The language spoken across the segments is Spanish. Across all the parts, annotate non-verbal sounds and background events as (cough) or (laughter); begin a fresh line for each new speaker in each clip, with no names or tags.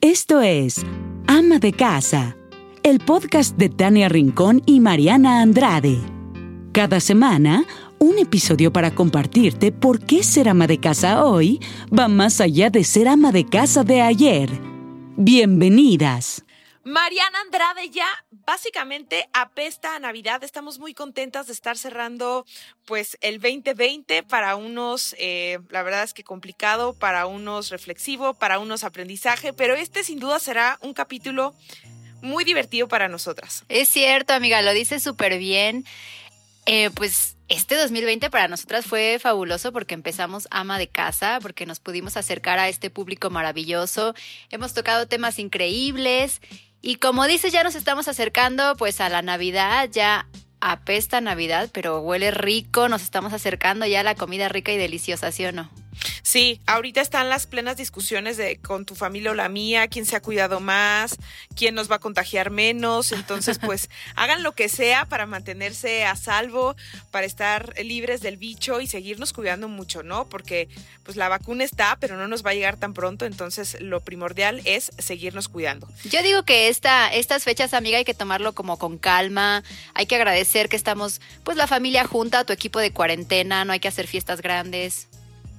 Esto es Ama de Casa, el podcast de Tania Rincón y Mariana Andrade. Cada semana, un episodio para compartirte por qué ser ama de casa hoy va más allá de ser ama de casa de ayer. Bienvenidas.
Mariana Andrade ya básicamente apesta a Navidad. Estamos muy contentas de estar cerrando pues el 2020 para unos, eh, la verdad es que complicado, para unos reflexivo, para unos aprendizaje, pero este sin duda será un capítulo muy divertido para nosotras.
Es cierto, amiga, lo dices súper bien. Eh, pues este 2020 para nosotras fue fabuloso porque empezamos ama de casa, porque nos pudimos acercar a este público maravilloso. Hemos tocado temas increíbles. Y como dices, ya nos estamos acercando pues a la Navidad, ya apesta Navidad, pero huele rico, nos estamos acercando ya a la comida rica y deliciosa, ¿sí o no?
Sí, ahorita están las plenas discusiones de con tu familia o la mía, quién se ha cuidado más, quién nos va a contagiar menos. Entonces, pues hagan lo que sea para mantenerse a salvo, para estar libres del bicho y seguirnos cuidando mucho, ¿no? Porque pues la vacuna está, pero no nos va a llegar tan pronto. Entonces, lo primordial es seguirnos cuidando.
Yo digo que esta, estas fechas, amiga, hay que tomarlo como con calma. Hay que agradecer que estamos, pues la familia junta, tu equipo de cuarentena, no hay que hacer fiestas grandes.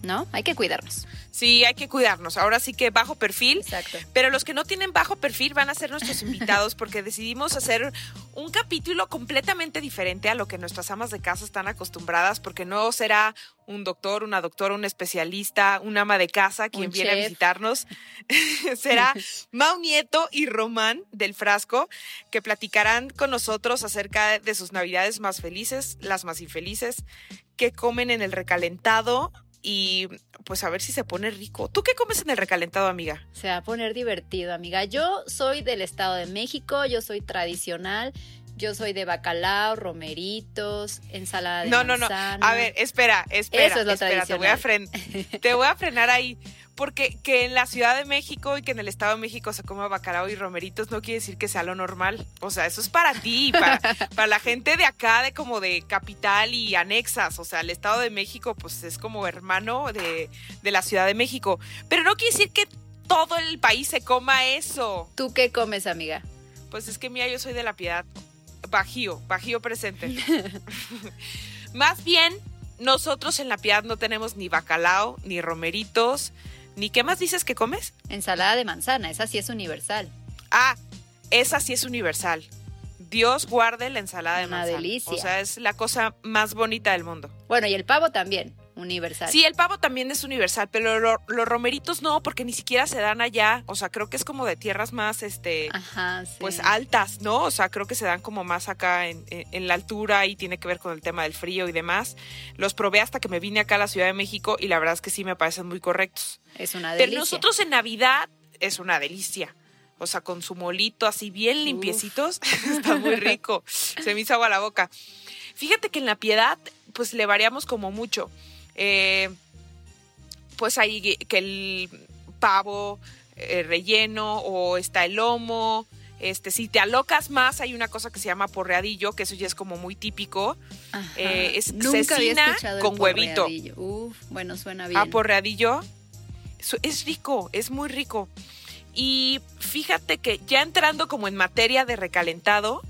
¿no? Hay que cuidarnos.
Sí, hay que cuidarnos. Ahora sí que bajo perfil. Exacto. Pero los que no tienen bajo perfil van a ser nuestros invitados porque decidimos hacer un capítulo completamente diferente a lo que nuestras amas de casa están acostumbradas porque no será un doctor, una doctora, un especialista, un ama de casa quien un viene chef. a visitarnos. (laughs) será Mau Nieto y Román del Frasco que platicarán con nosotros acerca de sus navidades más felices, las más infelices, que comen en el recalentado, y pues a ver si se pone rico. ¿Tú qué comes en el recalentado, amiga?
Se va a poner divertido, amiga. Yo soy del Estado de México, yo soy tradicional. Yo soy de bacalao, romeritos, ensalada de
No, manzana. no, no. A ver, espera, espera.
Eso es lo
espera, Te voy, a fren
(laughs)
te voy a frenar ahí. Porque que en la Ciudad de México y que en el Estado de México se coma bacalao y romeritos no quiere decir que sea lo normal. O sea, eso es para ti,
(laughs)
para, para la gente de acá, de como de capital y anexas. O sea, el Estado de México, pues es como hermano de, de la Ciudad de México. Pero no quiere decir que todo el país se coma eso.
¿Tú qué comes, amiga?
Pues es que mía, yo soy de la piedad bajío, bajío
(laughs)
presente. Más bien, nosotros en La Piedad no tenemos ni bacalao, ni romeritos, ni qué más dices que comes?
Ensalada de manzana, esa sí es universal.
Ah, esa sí es universal. Dios guarde la ensalada de
Una
manzana.
delicia.
O sea, es la cosa más bonita del mundo.
Bueno, y el pavo también, universal.
Sí, el pavo también es universal, pero lo, los romeritos no, porque ni siquiera se dan allá. O sea, creo que es como de tierras más, este,
Ajá, sí.
pues altas, ¿no? O sea, creo que se dan como más acá en, en, en, la altura y tiene que ver con el tema del frío y demás. Los probé hasta que me vine acá a la Ciudad de México y la verdad es que sí me parecen muy correctos.
Es una delicia.
Pero nosotros en Navidad es una delicia. O sea, con su molito así bien limpiecitos, (laughs) Uf. está
(laughs)
muy rico. Se me hizo agua la boca. Fíjate que en la piedad, pues le variamos como mucho. Eh, pues hay que el pavo eh, relleno o está el lomo. Este, si te alocas más, hay una cosa que se llama porreadillo, que eso ya es como muy típico. Eh, es
Nunca había
cecina
escuchado
con
el
huevito. Ah,
porreadillo. Uf, bueno, suena bien.
A porreadillo. Eso Es rico, es muy rico. Y fíjate que ya entrando como en materia de recalentado,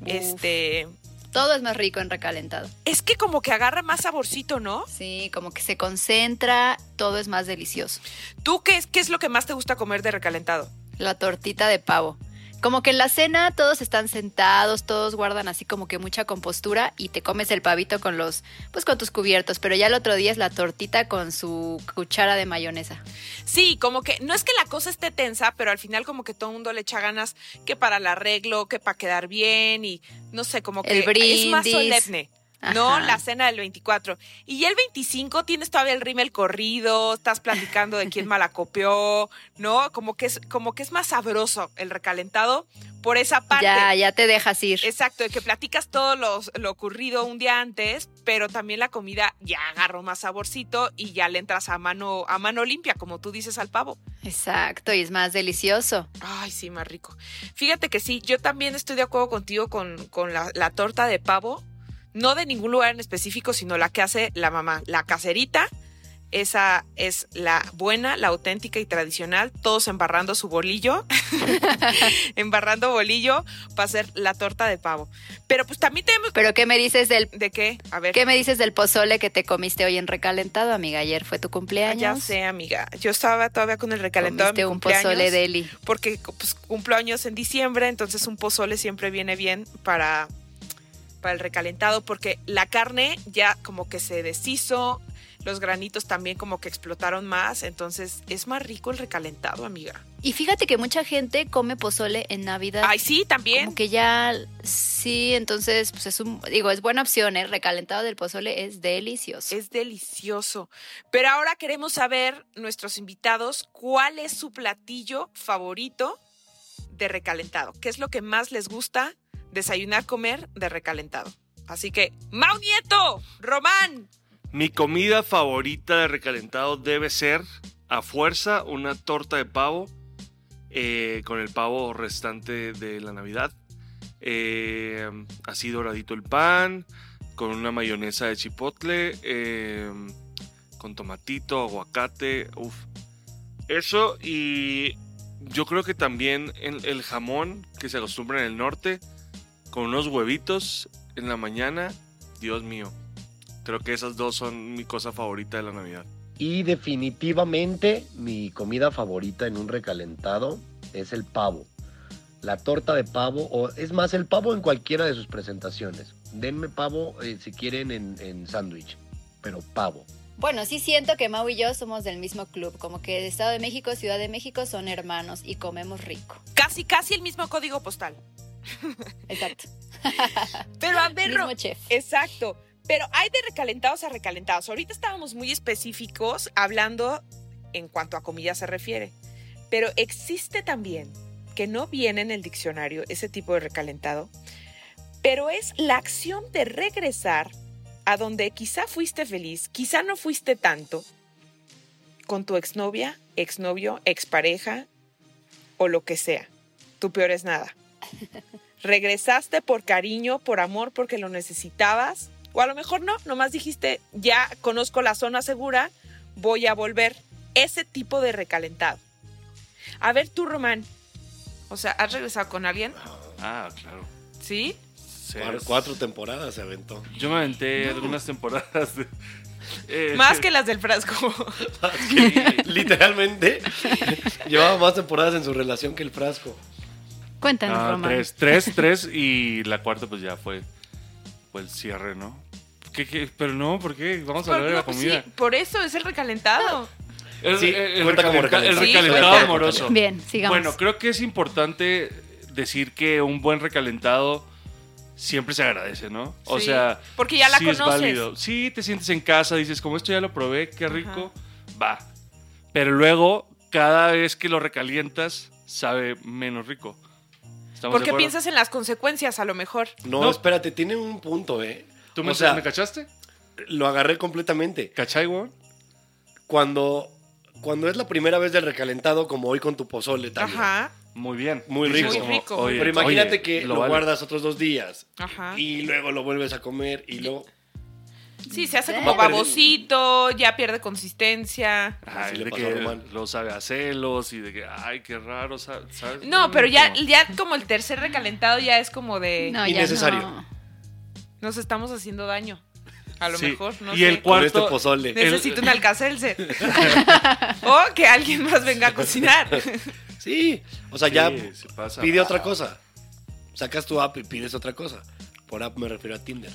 Uf.
este,
Todo es más rico en recalentado.
es que como que agarra más saborcito, ¿no?
Sí, como que se concentra, todo es más delicioso.
¿Tú qué es, qué es lo que más te gusta comer de recalentado?
La tortita de pavo. Como que en la cena todos están sentados, todos guardan así como que mucha compostura y te comes el pavito con los, pues con tus cubiertos, pero ya el otro día es la tortita con su cuchara de mayonesa.
Sí, como que no es que la cosa esté tensa, pero al final como que todo el mundo le echa ganas que para el arreglo, que para quedar bien y no sé, como que
El
es más
brindis.
solemne. No,
Ajá.
la cena del 24. Y ya el 25 tienes todavía el rímel corrido, estás platicando de
(laughs)
quién malacopió, ¿no? Como que es como que es más sabroso el recalentado por esa parte.
Ya, ya te dejas ir.
Exacto, de que platicas todo los- lo ocurrido un día antes, pero también la comida ya agarró más saborcito y ya le entras a mano, a mano limpia, como tú dices al pavo.
Exacto, y es más delicioso.
Ay, sí, más rico. Fíjate que sí, yo también estoy de acuerdo contigo con, con la, la torta de pavo, no de ningún lugar en específico, sino la que hace la mamá, la caserita, Esa es la buena, la auténtica y tradicional, todos embarrando su bolillo, (laughs) embarrando bolillo para hacer la torta de pavo. Pero pues también tenemos...
¿Pero qué me dices del...
¿De qué? A ver.
¿Qué me dices del pozole que te comiste hoy en recalentado, amiga? Ayer fue tu
Ah,
cumpleaños.
Ya sé, amiga. Yo estaba todavía con el recalentado. de mi
Comiste un
cumpleaños,
pozole deli.
Porque pues, cumplo años en diciembre, entonces un pozole siempre viene bien para, para el recalentado, porque la carne ya como que se deshizo, los granitos también como que explotaron más, entonces es más rico el recalentado, amiga.
Y fíjate que mucha gente come pozole en Navidad.
Ay, sí, también.
Como que ya, sí, entonces, pues es un, digo, es buena opción, ¿eh? Recalentado del pozole es delicioso.
Es delicioso. Pero ahora queremos saber, nuestros invitados, cuál es su platillo favorito de recalentado. ¿Qué es lo que más les gusta desayunar, comer de recalentado? Así que, Mau Nieto, Román,
Mi comida favorita de recalentado debe ser, a fuerza, una torta de pavo eh, con el pavo restante de la Navidad. Eh, así doradito el pan, con una mayonesa de chipotle, eh, con tomatito, aguacate, uff. Eso y yo creo que también el, el jamón que se acostumbra en el norte, con unos huevitos en la mañana, Dios mío. Creo que esas dos son mi cosa favorita de la Navidad.
Y definitivamente mi comida favorita en un recalentado es el pavo. La torta de pavo, o es más, el pavo en cualquiera de sus presentaciones. Denme pavo eh, si quieren en, en sándwich, pero pavo.
Bueno, sí siento que Mau y yo somos del mismo club, como que Estado de México, Ciudad de México son hermanos y comemos rico.
casi, casi el mismo código postal.
Exacto.
Pero a ver, Ro-
Mismo chef.
Exacto. Pero hay de recalentados a recalentados. Ahorita estábamos muy específicos hablando en cuanto a comida se refiere. Pero existe también, que no viene en el diccionario ese tipo de recalentado, pero es la acción de regresar a donde quizá fuiste feliz, quizá no fuiste tanto, con tu exnovia, exnovio, expareja o lo que sea. Tu peor es nada. Regresaste por cariño, por amor, porque lo necesitabas. O a lo mejor no, nomás dijiste, ya conozco la zona segura, voy a volver. Ese tipo de recalentado. A ver tú, Román. O sea, ¿has regresado con alguien?
Ah, claro.
¿Sí?
Cuatro, cuatro temporadas se aventó.
Yo me aventé algunas temporadas. de- eh,
Más que las del
(laughs)
frasco.
(laughs) Literalmente llevaba más temporadas en su relación que el frasco.
Cuéntanos,
Ah,
Román.
tres, tres, tres y la cuarta pues ya fue, fue el cierre, ¿no? ¿Qué, qué? Pero no, ¿por qué? Vamos a hablar de
No,
la
pues
comida.
sí, por eso es el recalentado.
El,
Sí,
el- el
cuenta como
recalenta- el
recalentado.
Sí,
recalentado
cuenta.
amoroso.
Bien, sigamos.
Bueno, creo que es importante decir que un buen recalentado siempre se agradece, ¿no? O
Sí,
sea,
porque ya la
sí es
conoces.
válido. Sí, te sientes en casa, dices, como esto ya lo probé, qué rico, va. Pero luego, cada vez que lo recalientas, sabe menos rico. ¿Estamos de
Porque
acuerdo?
piensas en las consecuencias, a lo mejor.
No,
No.
espérate, tiene un punto, ¿eh?
¿Tú me,
o sea,
me cachaste?
lo agarré completamente.
¿Cachai, weón?
Cuando, cuando es la primera vez del recalentado, como hoy con tu pozole también.
Ajá,
Muy bien.
Muy
Dices
rico.
como,
Muy rico.
"Oye,
Pero imagínate
oye,
que lo,
vale".
guardas otros dos días
ajá.
y luego lo vuelves a comer y luego...
Sí, se hace
Va
como
perdiendo.
babosito, ya pierde consistencia.
Ajá,
Así
y
le
de
pasó a Román.
que lo sabe a celos y de que, ay, qué raro, sa- ¿sabes?
No, pero ya,
Como-
ya como el tercer recalentado ya es como de
No, ya
innecesario.
no.
nos estamos haciendo daño. A lo
Sí.
mejor, no
y
sé.
el
Con
cuarto,
este pozole.
Necesito un
(laughs)
alcacelser. o que alguien más venga a cocinar.
(laughs)
Sí, o sea, ya
Sí, se pasa.
pide otra cosa. Sacas tu app y pides otra cosa. Por app me refiero a Tinder.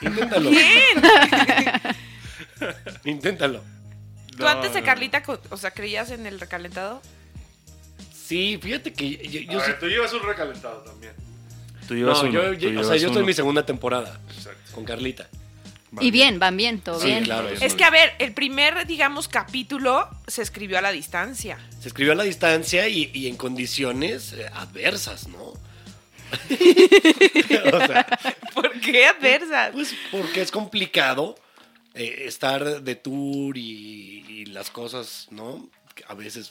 Inténtalo. (laughs) Inténtalo.
¿Tú
No,
antes de
no.
Carlita, co- o sea, creías en el recalentado?
Sí, fíjate que yo, yo
A
sí...
ver, tú llevas un recalentado también. Tú
No,
llevas uno.
yo,
tú
yo- o
llevas
sea, yo estoy en
uno.
mi segunda temporada
Exacto.
con Carlita.
Y bien, van bien, todo
Sí,
bien.
claro.
Es que, a ver, el primer, digamos, capítulo se escribió a la distancia. (laughs)
Se escribió a la distancia y, y en condiciones eh, adversas, ¿no? (laughs) o sea,
¿Por qué adversas?
pues porque es complicado eh, estar de tour y, y las cosas, ¿no? A veces,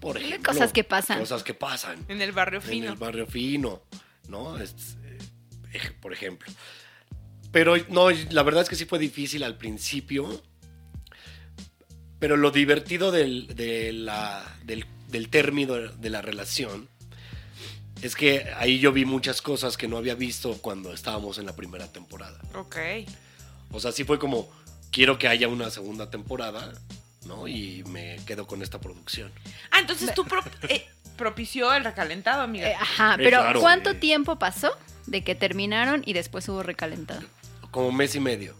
por ejemplo...
Cosas que pasan.
Cosas que pasan.
En el barrio
en
fino.
el barrio fino, ¿no? Es- eh, ej- por ejemplo. Pero no, la verdad es que sí fue difícil al principio, Pero lo divertido del, de la- del- del término de la relación es que ahí yo vi muchas cosas que no había visto cuando estábamos en la primera temporada.
Ok.
O sea, sí fue como, quiero que haya una segunda temporada, ¿no? Y me quedo con esta producción.
Ah, entonces tú pro- eh, propició el recalentado, amiga.
Eh, ajá,
Eh,
pero
claro,
¿cuánto
eh.
tiempo pasó de que terminaron y después hubo recalentado?
Como mes y medio.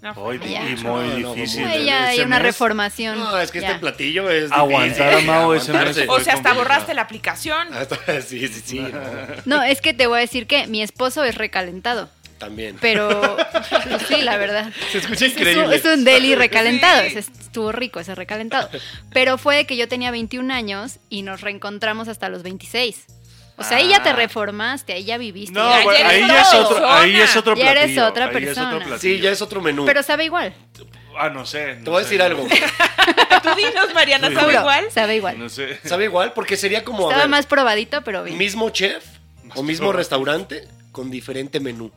No,
Hoy,
fue-
Ya.
y muy
No, no,
difícil.
muy
Ay,
de
ya hay
ese
una
mes,
reformación.
No, es que
ya.
este platillo es...
Aguantar
difícil,
a Mao ese mes
(laughs) aguantarse.
o sea, hasta
complicado.
borraste la aplicación.
Hasta- sí, sí, sí. no,
No, es que te voy a decir que mi esposo es recalentado,
también.
pero pues sí, la verdad.
Se escucha
Es un,
increíble.
es un deli recalentado,
Sí.
ese estuvo rico ese recalentado. Pero fue de que yo tenía 21 años y nos reencontramos hasta los 26. O sea, ahí ya te
Ah.
reformaste, ahí ya viviste.
No,
ya-
Ya
bueno,
eres
ahí
otra
ya es otro,
persona.
ahí es otro
Ya eres otra
platillo, ahí es otro
persona.
platillo.
Sí, ya es otro menú.
Pero sabe igual.
Ah, no sé. no
Te voy a
sé,
decir
no-
algo.
Tú dinos, Mariana, ¿sabe
Juro,
igual?
Sabe igual.
No sé.
¿Sabe igual? Porque sería como... a
Estaba
ver,
más probadito, pero bien.
mismo chef o mismo
probado.
restaurante con diferente menú.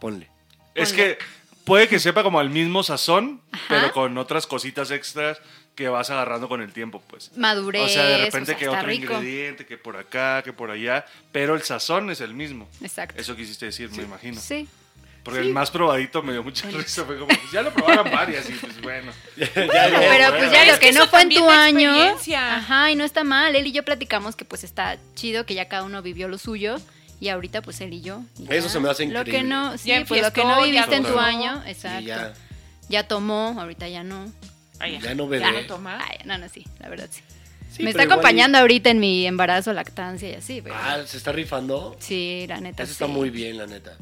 Ponle.
Es que puede que sepa como al mismo sazón, pero con otras cositas extras que vas agarrando con el tiempo, pues.
Madurez,
O sea, de
o
repente
sea,
que
está
otro
rico.
ingrediente, que por acá, que por allá, pero el sazón es el mismo.
Exacto.
Eso quisiste decir, me imagino.
Sí.
Porque el más probadito me dio mucha risa. Fue como, pues, ya lo probaron varias y pues bueno.
Bueno,
ya,
(laughs) pero
bueno.
pues ya
Es
lo
que
que,
eso
no fue en
también
tu
da
año.
experiencia.
Ajá, y no está mal. Él y yo platicamos que pues está chido que ya cada uno vivió lo suyo. Y ahorita pues él y yo. y
Eso
ya.
se me hace
Lo que
increíble.
no, sí,
Ya
pues, lo que
enfiestó,
no
ya
viviste en tu
tomó.
año,
Y ya,
exacto. Ya tomó, ahorita ya no.
Ay,
ya no
ya no
bebé.
toma.
Ay, no, no, sí, la verdad sí.
Ah. Sí,
me
pero
está
igual y-
acompañando ahorita en mi embarazo, lactancia y así, pero
Ah, se está rifando.
sí, la neta
Eso está
sí.
muy bien, la neta.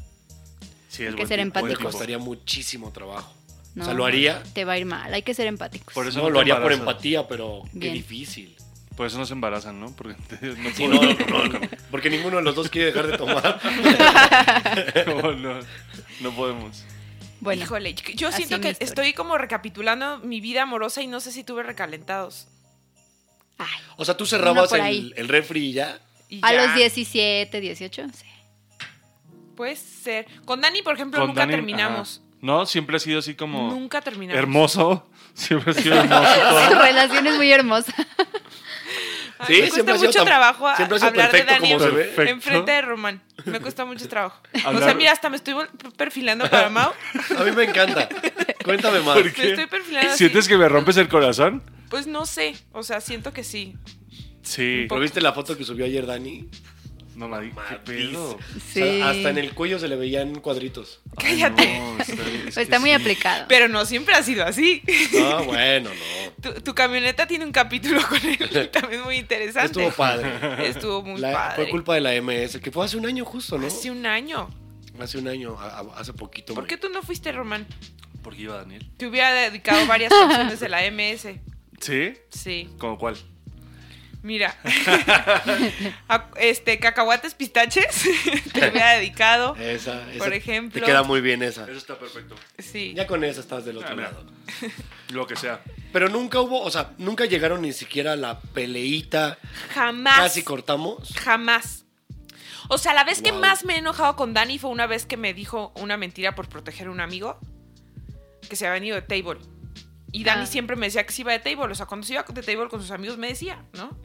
Sí, es
que ser
buen tipo, buen
Me
empáticos.
tipo.
costaría muchísimo trabajo.
No,
o sea, lo haría.
Te va a ir mal, hay que ser empáticos.
Por eso
no,
no
lo
te
haría por
embarazas.
empatía, pero qué
Bien.
difícil.
Por eso no se embarazan, ¿no? Porque (laughs) no
Sí, no,
puedo.
no, no, porque ninguno de los dos quiere dejar de tomar.
No, no, no podemos.
Bueno,
Híjole, yo
así
siento
mi
que
historia.
estoy como recapitulando mi vida amorosa y no sé si tuve recalentados.
ay,
O sea, tú cerrabas
por ahí.
el, el refri y ya.
Y
a
ya,
los 17, 18, sí.
Puede ser. Con Dani, por ejemplo,
Con
nunca
Dani,
terminamos.
ah,
ajá. No, siempre ha sido así como
Nunca terminamos.
hermoso. (laughs) Siempre ha
(laughs)
sido hermoso.
(laughs)
todo.
Su relación es muy hermosa.
Ay,
Sí,
me
Pues
cuesta
siempre ha sido
mucho
tan-
trabajo a-
siempre ha sido
hablar de
perfecto
Dani
como se ve.
en- enfrente de Román. Me cuesta mucho
(laughs)
trabajo. O sea,
Hablar-
mira, hasta me estoy vol- perfilando para Mau.
A mí me encanta. Cuéntame más.
¿Por
Me estoy perfilando así.
¿Sientes que me rompes el corazón?
Pues no sé. O sea, siento que sí.
Sí.
¿Pero viste la foto que subió ayer Dani?
No, Madi, qué
Madis.
pedo.
O
Sí.
sea, hasta en el cuello se le veían cuadritos.
Ay,
Cállate.
no, está, es
Pues
que
está muy
sí.
aplicado.
Pero no siempre ha sido así. (laughs)
No, bueno, no.
Tu, tu camioneta tiene un capítulo (laughs) con él también muy interesante.
Estuvo padre.
Estuvo muy
La-
padre.
Fue culpa de la MS, que fue hace un año justo, ¿no?
Hace un año.
Hace un año, a- a- hace poquito.
¿Por
güey.
qué tú no fuiste, Román?
Porque iba Daniel.
Te hubiera dedicado
(laughs)
varias canciones de la MS.
¿Sí?
Sí.
¿Como cuál?
(laughs)
Mira. A- este, cacahuates pistaches. (laughs) Te hubiera dedicado.
Esa, esa
Por ejemplo.
Te queda muy bien esa.
Eso está perfecto.
Sí.
Ya con esa estás del otro
Ah, mira.
lado.
Lo que sea.
Pero nunca hubo, o sea, nunca llegaron ni siquiera a la peleita.
Jamás.
Casi cortamos.
Jamás. O sea, la vez que
Wow.
más me he enojado con Dani fue una vez que me dijo una mentira por proteger a un amigo que se había venido de table. Y Dani
Ah.
siempre me decía que se iba de table. O sea, cuando se iba de table con sus amigos me decía, ¿no?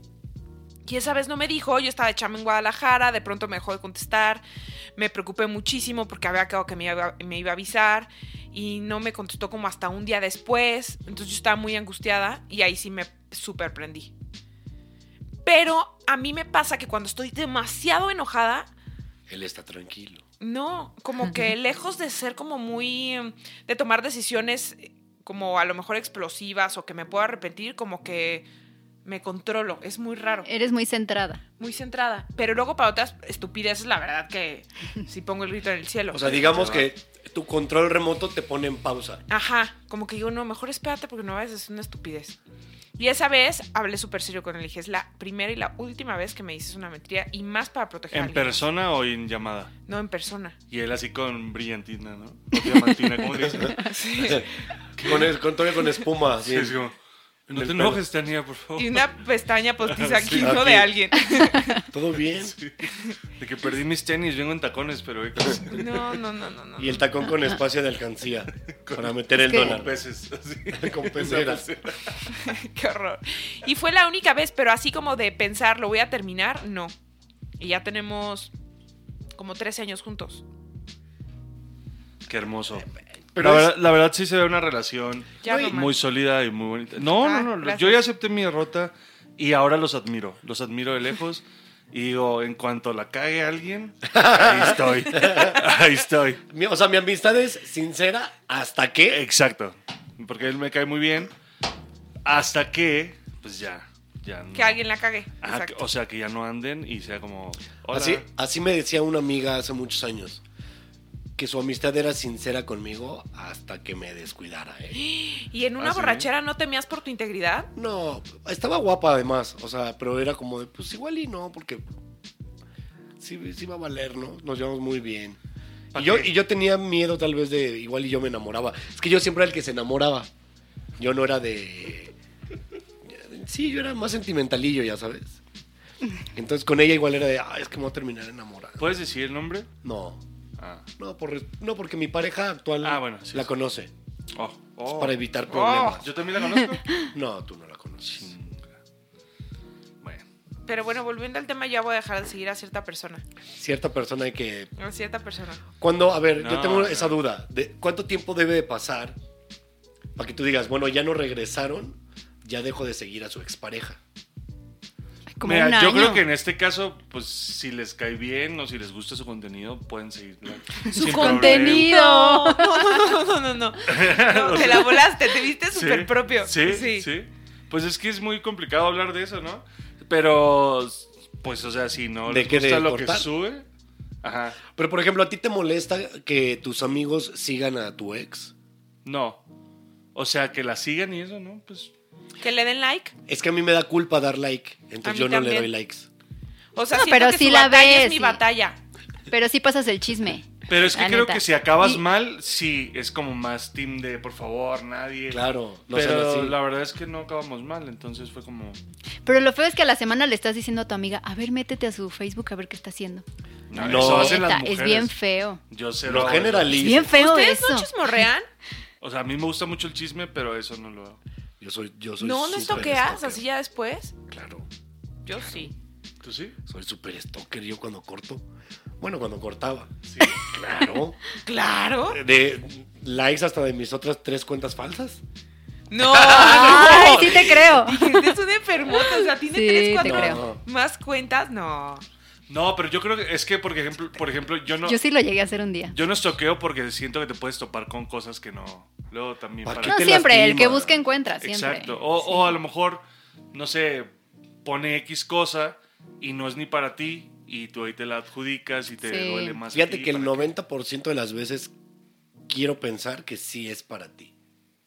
Y esa vez no me dijo, yo estaba de chama en Guadalajara, de pronto me dejó de contestar, me preocupé muchísimo porque había quedado que me iba, me iba a avisar y no me contestó como hasta un día después, entonces yo estaba muy angustiada y ahí sí me súper prendí. Pero a mí me pasa que cuando estoy demasiado enojada,
Él está tranquilo.
no, como que lejos de ser como muy, em, de tomar decisiones eh, como a lo mejor explosivas o que me puedo arrepentir, como que me controlo, es muy raro
Eres muy centrada.
muy centrada. Pero luego para otras estupideces, la verdad que si pongo el grito en el cielo.
O sea, digamos que tu control remoto te pone en pausa.
Ajá, como que digo, no, mejor espérate porque no vayas a hacer una estupidez. Y esa vez hablé súper serio con él. y dije, es la primera y la última vez que me dices una mentira y más para proteger a
¿En
alguien.
persona o en llamada?
No, en persona.
Y él así con brillantina, (laughs) ¿no? O diamantina, ¿cómo le dicen?
Con, el- con, todavía con espuma. así.
Sí, es como, No
del
te
pelo.
enojes, Tania, por favor.
Y una pestaña
(laughs)
postiza
Sí,
aquí, ¿no?
aquí.
De alguien.
Todo bien.
De que perdí mis tenis, vengo en tacones, pero hoy con
No, no, no, no. no.
Y el tacón con espacio de alcancía para meter el
que-
dólar.
peces. así. (laughs)
(laughs) Con peceras.
(laughs) Qué horror. Y fue la única vez, pero así como de pensar, lo voy a terminar, no. Y ya tenemos como 13 años juntos.
Qué hermoso. la,
Pero es-
verdad, la verdad sí se ve una relación
Ya
Oye,
no más.
muy sólida y muy bonita. No,
Ah,
no, no.
gracias.
Yo ya acepté mi derrota y ahora los admiro. Los admiro de lejos. Y digo, en cuanto la cague alguien, ahí estoy. Ahí estoy.
Mi- O sea, mi amistad es sincera hasta que.
Exacto. Porque él me cae muy bien. Hasta que, pues ya. ya no.
Que alguien la cague.
Ajá, Ah, que-
Exacto.
o sea, que ya no anden y sea como. "Hola".
Así, así me decía una amiga hace muchos años. Que su amistad era sincera conmigo hasta que me descuidara. ¿eh?
y en una
¿Ah, sí?
borrachera no temías por tu integridad.
No, estaba guapa además. O sea, pero era como de, pues igual y no, porque. Sí, sí va a valer, ¿no? Nos llevamos muy bien.
¿Pa'
Y yo,
qué?
y yo tenía miedo tal vez de. Igual y yo me enamoraba. Es que yo siempre era el que se enamoraba. Yo no era de. Sí, yo era más sentimentalillo, ya sabes. Entonces con ella igual era de, ah, es que me voy a terminar enamorada.
¿Puedes decir el nombre?
No,
Ah.
no, por- no, porque mi pareja actual
Ah, bueno, sí,
la
sí.
conoce.
Oh, oh.
Para evitar problemas.
¿Yo también la (laughs) conozco?
No, tú no la conoces.
bueno.
Pero bueno, volviendo al tema, ya voy a dejar de seguir a cierta persona.
Cierta persona hay que...
A cierta persona.
Cuando, a ver,
No,
yo tengo
no.
esa duda. De, ¿Cuánto tiempo debe de pasar para que tú digas, bueno, ya no regresaron, ya dejo de seguir a su expareja?
Ay, Como
Mira,
un
yo
año.
creo que en este caso, pues si les cae bien o si les gusta su contenido, pueden seguir.
¡Su contenido! (laughs)
No, no, no, no, no. no. No, te la volaste, te viste súper propio.
Sí, sí, Pues es que es muy complicado hablar de eso, ¿no? Pero, pues, o sea, si no
¿De
les
qué?
gusta
¿De
lo
cortar?
que sube, ajá.
Pero, por ejemplo, ¿a ti te molesta que tus amigos sigan a tu ex?
No. O sea, que la sigan y eso, ¿no? Pues.
Que le den like.
Es que a mí me da culpa dar like,
A
entonces
mí
yo no le
también.
doy likes.
O sea,
No,
siento
pero
que
sí
su
la
batalla
ves,
es mi
sí.
batalla.
Pero sí pasas el chisme.
Pero es que
La
creo
neta.
que si acabas
Y-
mal, sí, es como más team de por favor, nadie.
Claro, no sean
pero
así.
la verdad es que no acabamos mal, entonces fue como.
Pero lo feo es que a la semana le estás diciendo a tu amiga, a ver, métete a su Facebook a ver qué está haciendo.
No,
No.
eso hacen las
Neta,
mujeres.
es bien feo.
Yo sé
No generalices.
Es bien feo
¿Ustedes
eso.
no chismorrean?
O sea, a mí me gusta mucho el chisme, pero eso no lo hago.
Yo soy, yo soy
No, no
súper
estoqueas,
stalker.
así ya después.
Claro,
Yo sí.
¿Tú sí?
soy súper stalker yo cuando corto. Bueno, cuando cortaba.
Sí.
(laughs)
Claro. (laughs)
Claro.
de likes hasta de mis otras tres cuentas falsas. (laughs)
No.
Ay, sí te creo.
Es una enfermota, o sea, tiene
Sí,
tres,
te
cuatro
creo.
más cuentas. No.
No, pero yo creo que es que, por ejemplo, por ejemplo yo no.
Yo sí lo llegué a hacer un día.
Yo no estoqueo porque siento que te puedes topar con cosas que no. Luego también
¿Para
para.
qué
No,
te
siempre, el que
lastima.
busca encuentra, siempre.
Exacto. O, o a lo mejor, no sé, pone X cosa y no es ni para ti y tú ahí te la adjudicas y te
Sí.
duele más. a
Fíjate
ti
que el
para
90% de las veces quiero pensar que sí es para ti.
(laughs)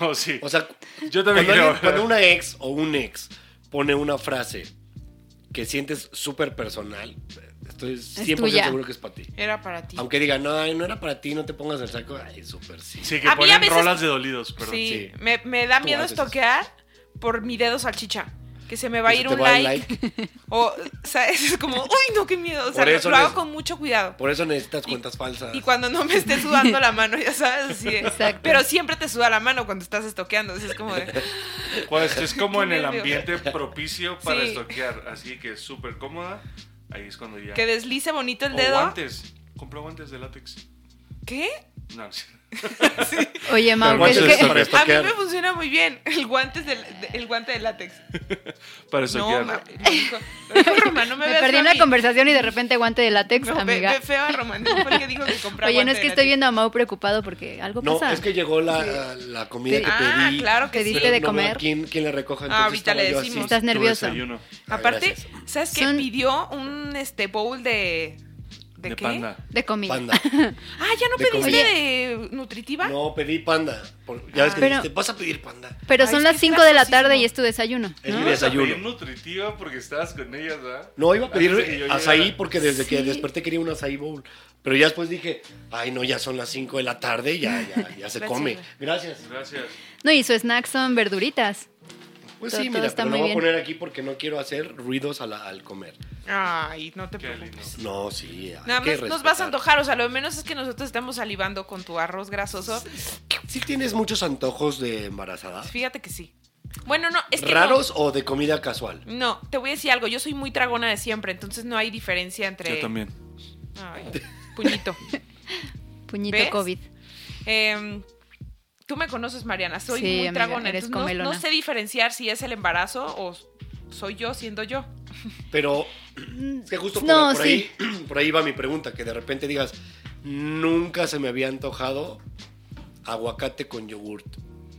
No, sí.
O sea,
yo también
cuando,
creo.
alguien- cuando una ex o un ex pone una frase que sientes súper personal, estoy 100%
tuya.
seguro que es para ti.
Era para ti.
Aunque digan, no, ay, no era para ti, no te pongas el saco. Ay, súper sí.
Sí, que
A mí a
ponen
veces-
rolas de dolidos, perdón.
sí,
sí.
Me, me da
Tú
miedo
haces
estoquear por mi dedo salchicha. Que se me va a
Que se
ir
te
un
va el
like. O, o sea, (laughs) es como, uy, no, qué miedo. O sea,
Por
lo,
eso
lo hago
les-
con mucho cuidado.
Por eso necesitas cuentas falsas.
Y cuando no me esté sudando la mano, ya sabes, así de-
Exacto.
Pero siempre te suda la mano cuando estás estoqueando. o sea, es
(laughs)
como de,
Pues es como
Qué
en el
nervio.
ambiente propicio para
Sí.
estoquear, así que es súper cómoda. Ahí es cuando ya.
que deslice bonito el
o
dedo.
guantes. Compró guantes de látex.
¿Qué?
No, no sé.
Oye, Mau,
Pero
es
guantes
que
(laughs)
para
A mí
estoquear.
me funciona muy bien el guante del, de- el guante de látex. No,
para estoquear.
ma- (laughs) lo dijo- lo
(laughs)
dijo Román, no me,
me
veas
perdí
feo
en
a
la
mí.
conversación y de repente guante de látex,
No, ve,
amiga.
ve feo a Román, fue el que dijo que compraba
Oye, no es que estoy viendo a Mau preocupado porque algo
No,
pasa.
es que llegó la, la comida
Sí.
que
Ah,
pedí.
claro que sí. Ah,
Pediste de
no veo
comer.
¿Quién, quién la recoja? Entonces
ahorita
estaba
le
yo
decimos.
Estás
así.
Tu
nervioso.
desayuno.
Ah,
Aparte,
gracias.
¿sabes qué?
Son-
Pidió un este bowl de, ¿De,
de
qué?
panda.
De comida.
Panda.
Ah, ¿ya no
De
pediste
comida.
de nutritiva?
No, pedí panda. Por- ya ves que
Pero-
dijiste, vas a pedir panda.
Pero
Ay,
son
es
las
que
5 de la
graciosísimo.
tarde y es tu desayuno.
Es
¿no?
mi
Ibas a
desayuno.
pedir nutritiva porque estabas con ellas, ¿verdad?
No, iba a pedir
Antes de que yo
azaí
llegara.
porque desde que
Sí.
desperté quería un azaí bowl. Pero ya después dije, ay no, ya son las 5 de la tarde, ya, ya, ya se
Gracias,
come.
güey.
Gracias.
Gracias.
No, y su snack son verduritas.
Pues
Todo-
sí,
todo
mira,
está
pero lo
muy
voy a
bien.
poner aquí porque no quiero hacer ruidos a la- al comer.
Ay, no te
Qué
preocupes.
lindo.
No, sí. hay
Nada
que
más nos
respetar.
vas a antojar, o sea, lo menos es que nosotros estamos salivando con tu arroz grasoso.
¿Sí tienes muchos antojos de embarazada?
Fíjate que sí. Bueno, no, es que no.
¿Raros o de comida casual?
No, te voy a decir algo, yo soy muy tragona de siempre, entonces no hay diferencia entre...
Yo también.
Ay, puñito.
Puñito
¿Ves?
COVID.
Em, Tú me conoces, Mariana, soy
Sí,
muy
amiga,
tragona,
eres
entonces no- no,
comelona.
sé diferenciar si es el embarazo o soy yo siendo yo.
Pero es que justo por,
Mm. No,
por ahí, (clears throat) por ahí va mi pregunta, que de repente digas, nunca se me había antojado aguacate con yogurt.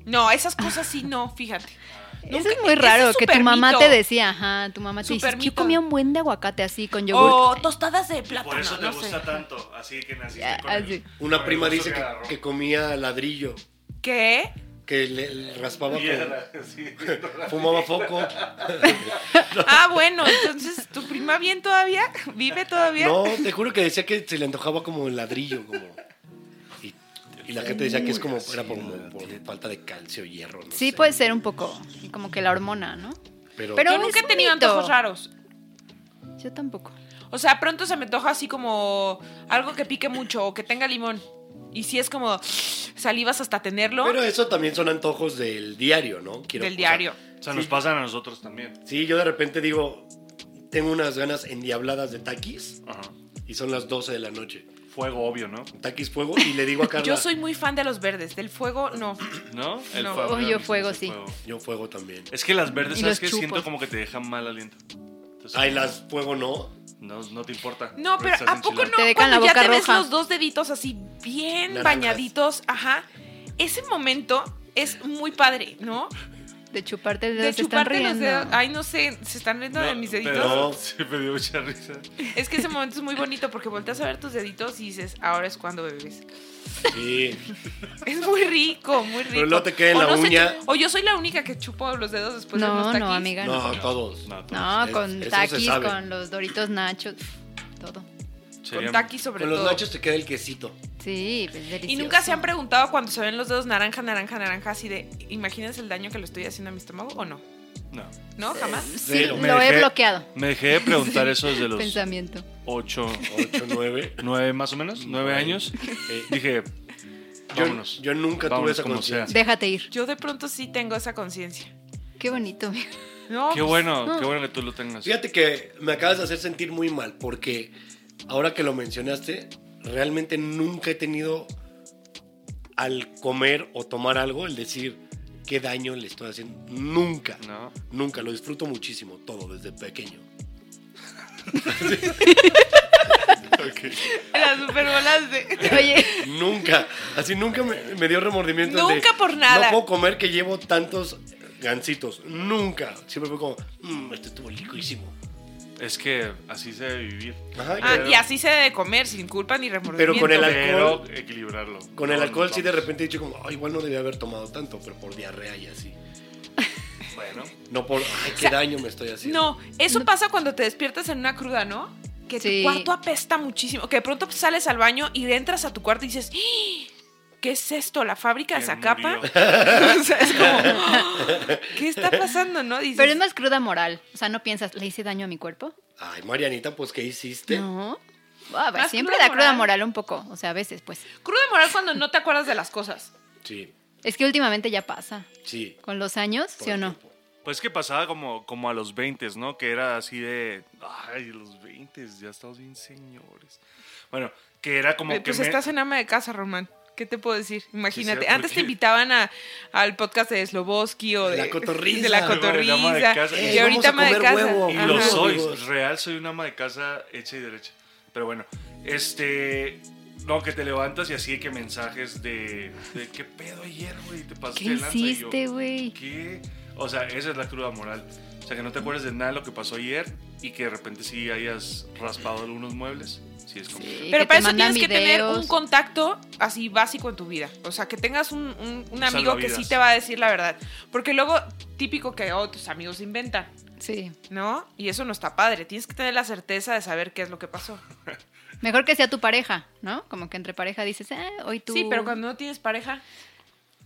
No, esas cosas sí no, fíjate.
Eso
Nunca-
es muy
ese
raro, que tu
súper
mamá
mito.
te decía, ajá, tu mamá te dice,
Súper
"Es que yo
mito. Oh,
comía un buen de aguacate así con yogur.
O tostadas de plátano,
Por eso te
Ah, no sé.
gusta tanto, así que naciste
Ya,
con el-
así.
Una
con el
prima
gusto
dice que,
agarró. (laughs)
que comía ladrillo,
¿Qué?
que le, le raspaba
Piedra, (laughs) sí.
(laughs) con... Fumaba foco.
Ah, bueno, entonces, ¿tu prima bien todavía? (laughs) ¿Vive todavía?
No, te juro que decía que se le antojaba como el ladrillo, como... Y, y la gente decía que es como, era por, por falta de calcio, hierro. no
Sí,
sé.
puede ser un poco como que la hormona, ¿no?
Pero,
pero-
Yo
no,
nunca he
es un
tenido
mito.
antojos raros.
Yo tampoco.
O sea, pronto se me antoja así como algo que pique mucho o que tenga limón. Y si es como salivas hasta tenerlo
pero eso también son antojos del diario, ¿no? Quiero-
del
o sea,
diario.
eh, O sea, nos pasan a nosotros también.
Sí, yo de repente digo, tengo unas ganas endiabladas de taquis
Ajá.
y son las 12 de la noche.
Fuego, obvio, ¿no?
Taquis fuego y
(laughs)
le digo a Carla,
Yo soy muy fan de los verdes, del fuego no.
¿No?
No.
Oh, yo fuego, sí.
yo fuego también.
Es que las verdes,
Y los
¿sabes qué?
chupos.
Siento como que te dejan mal aliento. Entonces,
Ay, las fuego no.
no, no te importa.
No, pero
Estás
¿a poco
enchilado.
no?
Te dejan
Cuando
la
ya
boca
te ves
roja.
los dos deditos así bien
Naranjas.
bañaditos, ajá. Ese momento es muy padre, ¿no?
De chuparte el dedo,
De
se están
chuparte los
riendo.
dedos. Ay, no sé, se están riendo de
No,
mis
pero (laughs)
deditos.
No.
Sí, me dio mucha risa.
Es que ese momento es muy bonito porque volteas a ver tus deditos y dices, ahora es cuando bebes. (laughs)
Sí.
Es muy rico, muy rico.
Pero luego te queda en
O
la
no se
uña.
chu- o yo soy la única que chupo los dedos después de pues unos
No,
taquis.
no, amiga, no.
No, todos.
No, todo.
No,
Es-
con
eso se
taquis,
sabe.
con los doritos nachos, todo.
Sería-
Con taquis sobre
Con los
todo.
nachos te queda el quesito.
Sí, pues delicioso.
Y nunca se han preguntado cuando se ven los dedos naranja, naranja, naranja, así de, ¿imaginas el daño que le estoy haciendo a mi estómago o no?
No.
¿No? ¿Jamás?
Sí,
(laughs)
Cero.
Me
lo he
dejé-
bloqueado.
Me dejé de preguntar eso desde los
Pensamiento.
8,
8, 9.
9 más o
(laughs)
menos, 9 años. Eh, Dije,
Eh, Yo,
vámonos.
yo nunca tuve
Vámonos
esa
como sea.
conciencia.
Déjate ir.
Yo de pronto sí tengo esa conciencia.
Qué bonito.
(laughs)
amiga.
No,
Qué
pues,
bueno, qué bueno que tú lo tengas.
Fíjate que me acabas de hacer sentir muy mal porque ahora que lo mencionaste, realmente nunca he tenido al comer o tomar algo el decir qué daño le estoy haciendo. Nunca,
No.
nunca. Lo disfruto muchísimo todo desde pequeño.
(laughs) Las
(laughs)
supervolaste.
Oye,
Nunca, así nunca me, me dio remordimiento. de,
Nunca por nada.
No puedo comer que llevo tantos gancitos. Nunca. Siempre fue como, "Mm, este estuvo riquísimo.
Es que así se debe vivir.
Ajá,
Ah,
pero-
y así se debe comer, sin culpa ni remordimiento.
Pero con el alcohol-
Pero equilibrarlo.
Ah,
Con el
No,
alcohol
no,
sí de
vamos.
repente he dicho como, "Ah, igual no debía haber tomado tanto, pero por diarrea y así.
Bueno,
No por, ay, qué daño me estoy haciendo.
No, eso pasa cuando te despiertas en una cruda, ¿no? Que
Sí.
tu cuarto apesta muchísimo. Que de pronto sales al baño y entras a tu cuarto y dices, "¡Ah! ¿qué es esto? ¿La fábrica de
que
Zacapa?
murió.
(laughs) O sea, es como, "Ah, ¿qué está pasando, no? Dices,
pero es más cruda moral. O sea, no piensas, ¿le hice daño a mi cuerpo?
Ay, Marianita, pues, ¿qué hiciste?
No. Ah, pues,
Más
siempre
cruda
da cruda
moral.
moral un poco. O sea, a veces, pues.
cruda moral cuando no te acuerdas de las cosas.
Sí,
Es que últimamente ya pasa.
sí.
Con los años,
todo
¿sí o
el
no?
tiempo.
Pues que pasaba como, como a los 20, ¿no? Que era así de, ay, los 20, ya estamos bien señores. Bueno, que era como
Eh,
que
Pues
me-
estás en ama de casa, Román. ¿Qué te puedo decir? Imagínate.
Sí, sí,
Antes
porque-
te invitaban a, al podcast de Sloboski o
De
de,
la cotorriza.
De la
Luego
de la ama de
cotorriza.
casa.
Y
Ey,
ahorita ama
vamos a
de
comer
casa.
huevo.
Y
Ajá.
lo
Ajá.
soy, real, soy una ama de casa hecha y derecha. Pero bueno, este. No, que te levantas y así de que mensajes de. de ¿Qué
Pues,
pedo ayer, güey? Te pasaste
¿Qué
de lanza. Y yo,
hiciste, güey?
¿Qué? O sea, esa es la cruda moral. O sea, que no te acuerdes de nada de lo que pasó ayer y que de repente sí hayas raspado algunos muebles. Sí, es complicado.
Sí,
Pero para
que te
eso
mandan
tienes que tener
videos.
un contacto así básico en tu vida. O sea, que tengas un, un- un amigo que
Salvavidas.
sí te va a decir la verdad. Porque luego, típico que oh, tus amigos inventan,
Sí.
¿no? Y eso no está padre. Tienes que tener la certeza de saber qué es lo que pasó.
Mejor que sea tu pareja, ¿no? Como que entre pareja dices, eh, hoy tú.
Sí, pero cuando no tienes pareja.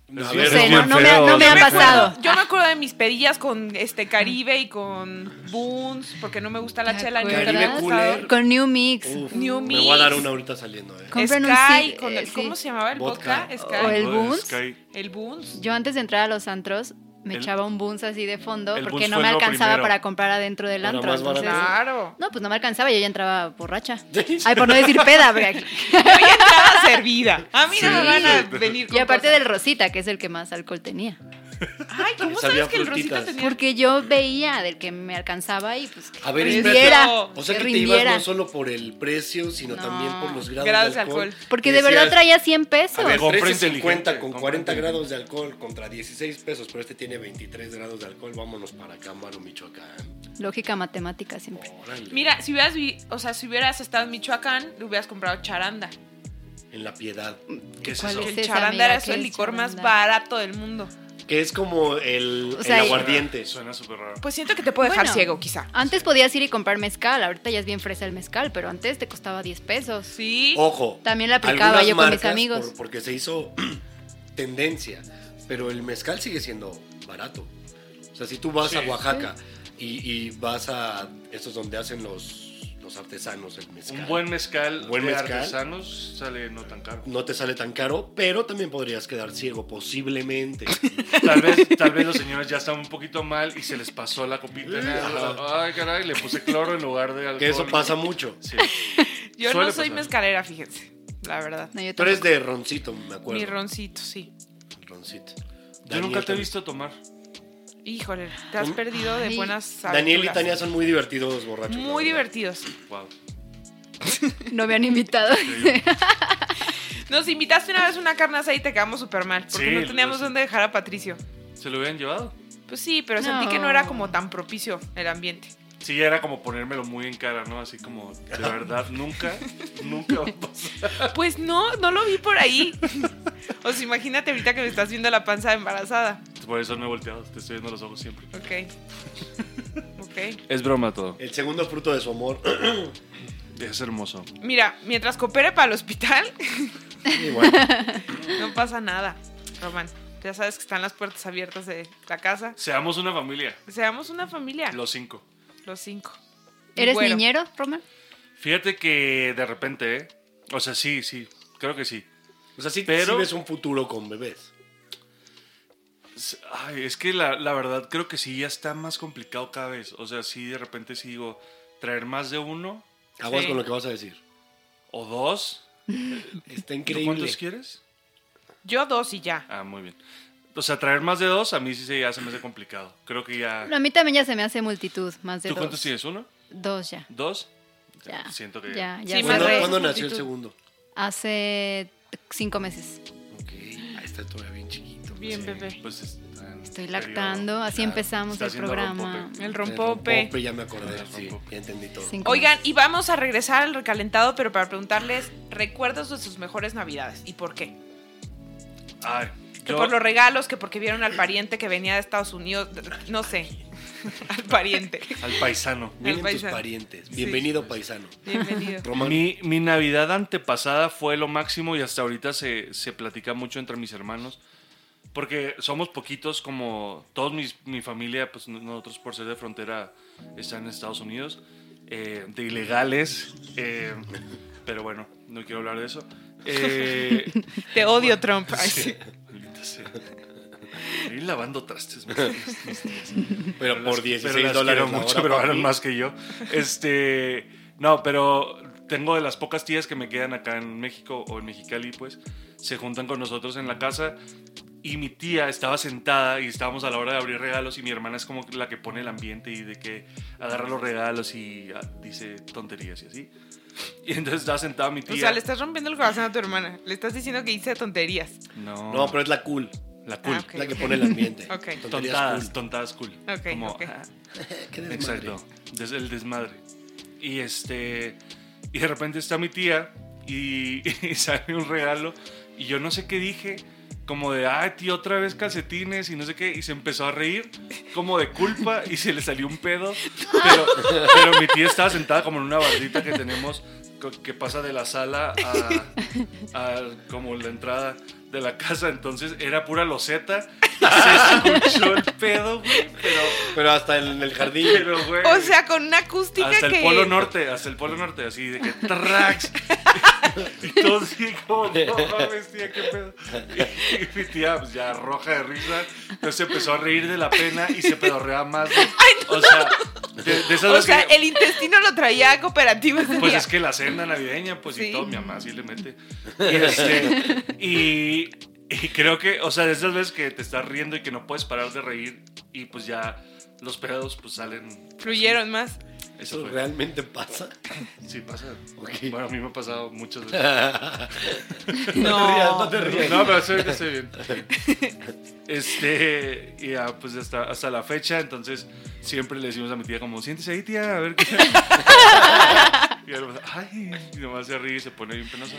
No,
Es
a
No
bien-
ver,
sé,
es
no,
bien
no me, ha-
feo,
no me
es
ha
bien feo.
pasado.
Yo me acuerdo de mis pedillas con este Caribe y con Boons, porque no me gusta la
¿Te
chela. ni me
acuerdas?
gusta
Caribe cooler.
Con New Mix.
uf,
New
me voy a dar
Mix.
una ahorita saliendo, eh.
Compren un
Sky,
sí,
con el-
eh,
¿cómo
sí.
se llamaba el vodka?
Vodka.
Sky.
O el
No,
Boons.
es que hay-
El Boons.
Yo antes de entrar a los antros me
El-
echaba un Boons así de fondo
el
porque
Boons
no
fue
me
lo
alcanzaba
primero.
para comprar adentro del
Era
antro.
más barato.
entonces-
Claro.
No, pues no me alcanzaba, yo ya entraba borracha.
(laughs)
Ay, por no decir peda, porque aquí-
Yo ya estaba servida. A mí no
Sí.
me van a venir
(laughs)
con
Y aparte
cosas.
del Rosita, que es el que más alcohol tenía.
Ay, ¿cómo
Sabía
sabes que el Rosita
frutitas.
tenía?
Porque yo veía del que me alcanzaba y pues
A ver,
que
espérate.
rindiera,
O sea
que
que te ibas
rindiera.
no solo por el precio, sino
No.
también por los grados,
Grados
de
de
alcohol.
alcohol.
Porque de verdad
traía
traía 100 pesos.
A ver,
"Ah, Compra
13.50 con
inteligente,
40
compra
grados de alcohol contra 16 pesos, pero este tiene 23 grados de alcohol. Vámonos para Cámaro, Michoacán.
Lógica matemática siempre.
Órale.
Mira, si hubieras, vi- o sea, si hubieras estado en Michoacán, le hubieras comprado charanda.
En la piedad.
¿Qué es
¿Cuál
eso?
es?
el
esa,
charanda
amiga?
era
¿Qué
el
es
licor más
charanda?
barato del mundo.
Que es como el,
O sea,
el
y-
aguardiente.
Suena súper raro.
Pues siento que te puede dejar
Bueno.
ciego, quizá.
Antes podías ir y comprar mezcal, ahorita ya es bien fresa el mezcal, pero antes te costaba 10 pesos.
Sí.
Ojo.
También la aplicaba
algunas
yo con mis
marcas,
amigos.
por- porque se hizo (clears throat) tendencia. Pero el mezcal sigue siendo barato. O sea, si tú vas a Oaxaca y, y vas a estos donde hacen los, los artesanos el
Pues,
mezcal.
Un buen mezcal
Buen
de
mezcal.
artesanos sale no tan caro.
No te sale tan caro, pero también podrías quedar ciego,
(laughs)
posiblemente.
Tal
(laughs)
vez, tal vez los señores ya están un poquito mal y se les pasó la copita. en algo.
Ajá.
Ay, caray, le puse cloro en lugar de alcohol.
que eso pasa mucho.
Sí.
Yo no
Suele
soy
pasar.
mezcalera, fíjense. La verdad.
No, yo
Tú eres
tampoco.
de roncito, me acuerdo.
Mi roncito, sí.
roncito.
Yo
Daniel
nunca te he
también.
visto tomar.
Híjole, te has
Un-
perdido de
Ay.
buenas
Daniel y
aventuras.
Tania son muy divertidos borrachos. la
Muy
verdad.
divertidos.
(laughs)
Wow.
No me han
(laughs)
invitado.
Nos invitaste una vez a una carne asada y te quedamos súper mal. Porque
Sí,
no teníamos
pues
lo sé.
dónde dejar a Patricio.
¿Se lo hubieran llevado?
Pues sí, pero sentí
No.
que no era como tan propicio el ambiente.
Sí, ya era como ponérmelo muy en cara, ¿no? Así como, de verdad, nunca, nunca va a pasar.
Pues no, no lo vi por ahí. (laughs) O sea, imagínate ahorita que me estás viendo la panza de embarazada.
Por eso no he volteado, te estoy viendo los ojos siempre.
Ok. Ok.
Es broma todo.
El segundo fruto de
(laughs)
su amor.
Es hermoso.
Mira, mientras coopere para el hospital,
Igual.
no pasa nada. Román, ya sabes que están las puertas abiertas de la casa.
Seamos una familia,
Seamos una familia. Los,
los cinco.
cinco.
¿Eres
Bueno,
niñero, Roman?
Fíjate que de repente, ¿eh? O sea, sí, sí, creo que sí.
O sea, sí,
Pero-
sí ves un futuro con bebés.
S- Ay, es que la, la verdad creo que sí, ya está más complicado cada vez. O sea, sí, de repente sí digo, traer más de uno
Aguas
Sí.
con lo que vas a decir.
o dos.
Está
¿Tú
increíble.
¿Cuántos quieres?
Yo dos y ya.
Ah, muy bien. O sea, traer más de dos a mí sí se, ya se me hace complicado. Creo que ya...
No, a mí también ya se me hace multitud, más de
¿Tú
dos.
cuántos tienes? ¿Uno?
Dos ya.
¿Dos?
Ya.
Siento que...
Ya, ya.
Sí,
sé.
¿Cuándo,
más de-
cuándo
Multitud.
nació el segundo?
Hace cinco meses.
Ok. Ah, está todavía bien chiquito.
Bien, bebé.
Pues está en
Estoy
periodo.
lactando, así
claro.
empezamos
Está
el
haciendo
programa.
rompope.
El
Rompope.
rompope.
ya me acordé.
El
Sí,
rompope.
ya entendí todo.
Cinco
Oigan,
meses.
y vamos a regresar al recalentado, pero para preguntarles recuerdos de sus mejores navidades y por qué.
Ay,
Que
yo-
por los regalos, que porque vieron al pariente que venía de Estados Unidos, no sé, (laughs) al pariente.
al paisano.
Miren tus
paisano.
parientes.
Sí.
Bienvenido, paisano.
Bienvenido.
Román.
Mi, mi Navidad antepasada fue lo máximo y hasta ahorita se, se platica mucho entre mis hermanos. Porque somos poquitos, como todos mis, mi familia, pues no- nosotros por ser de frontera están en Estados Unidos, eh, de ilegales. eh, pero bueno, no quiero hablar de eso. Eh,
Te odio, Trump. Ay, sí.
(laughs) maldita sea. Ir lavando trastes. me-
Pero por
las-
16
pero las
dólares.
quiero
la
mucho,
hora,
pero
papi.
ganan más que yo. Este, no, pero tengo de las pocas tías que me quedan acá en México o en Mexicali, pues, se juntan con nosotros en la casa y mi tía estaba sentada y estábamos a la hora de abrir regalos y mi hermana es como la que pone el ambiente y de que agarra los regalos y ah, dice tonterías y así. Y entonces estaba sentada mi
O
tía.
sea, le estás rompiendo el corazón a tu hermana. Le estás diciendo que hice tonterías.
No,
No, pero es la cool.
La cool.
Ah, ok.
La que pone el ambiente.
Ok.
Tonterías
Tontadas,
cool.
tontadas cool.
Ok,
Como,
ok.
ah,
Qué desmadre.
Exacto, desde el desmadre. Y este y de repente está mi tía y, (laughs) y sale un regalo y yo no sé qué dije, como de, ay tío, otra vez calcetines y no sé qué, y se empezó a reír como de culpa y se le salió un pedo, pero, pero mi tía estaba sentada como en una bardita que tenemos co- que pasa de la sala a, a como la entrada de la casa, entonces era pura loseta, se escuchó el pedo, güey, pero...
Pero hasta en el jardín.
(laughs) Pero, güey,
O sea, con una acústica
hasta
que.
el polo norte, hasta el polo norte, así de que tracks. y todos así como, no mames, tía, qué pedo. Y, y mi tía, pues ya roja de risa, entonces empezó a reír de la pena y se pedorrea más.
(laughs)
güey. o sea, de, de esas
O
veces
sea,
que-
el intestino lo traía cooperativo ese
pues
día.
es que la cena navideña, pues
Sí.
y todo, mi mamá sí le mete. Y, este, y, y creo que, o sea, de esas veces que te estás riendo y que no puedes parar de reír y pues ya los pedos pues salen.
Fluyeron más.
Eso
¿Eso
fue.
realmente pasa?
Sí, pasa.
Ok.
Bueno, a mí me ha pasado muchas veces.
No te rías, (laughs) no
No,
te rías.
pero estoy, bien, estoy bien. Este, y ya, pues hasta, hasta la fecha, entonces siempre le decimos a mi tía como, siéntese ahí, tía, a ver qué... (laughs) y ella pasa, ay, y nomás se ríe y se pone bien penosa.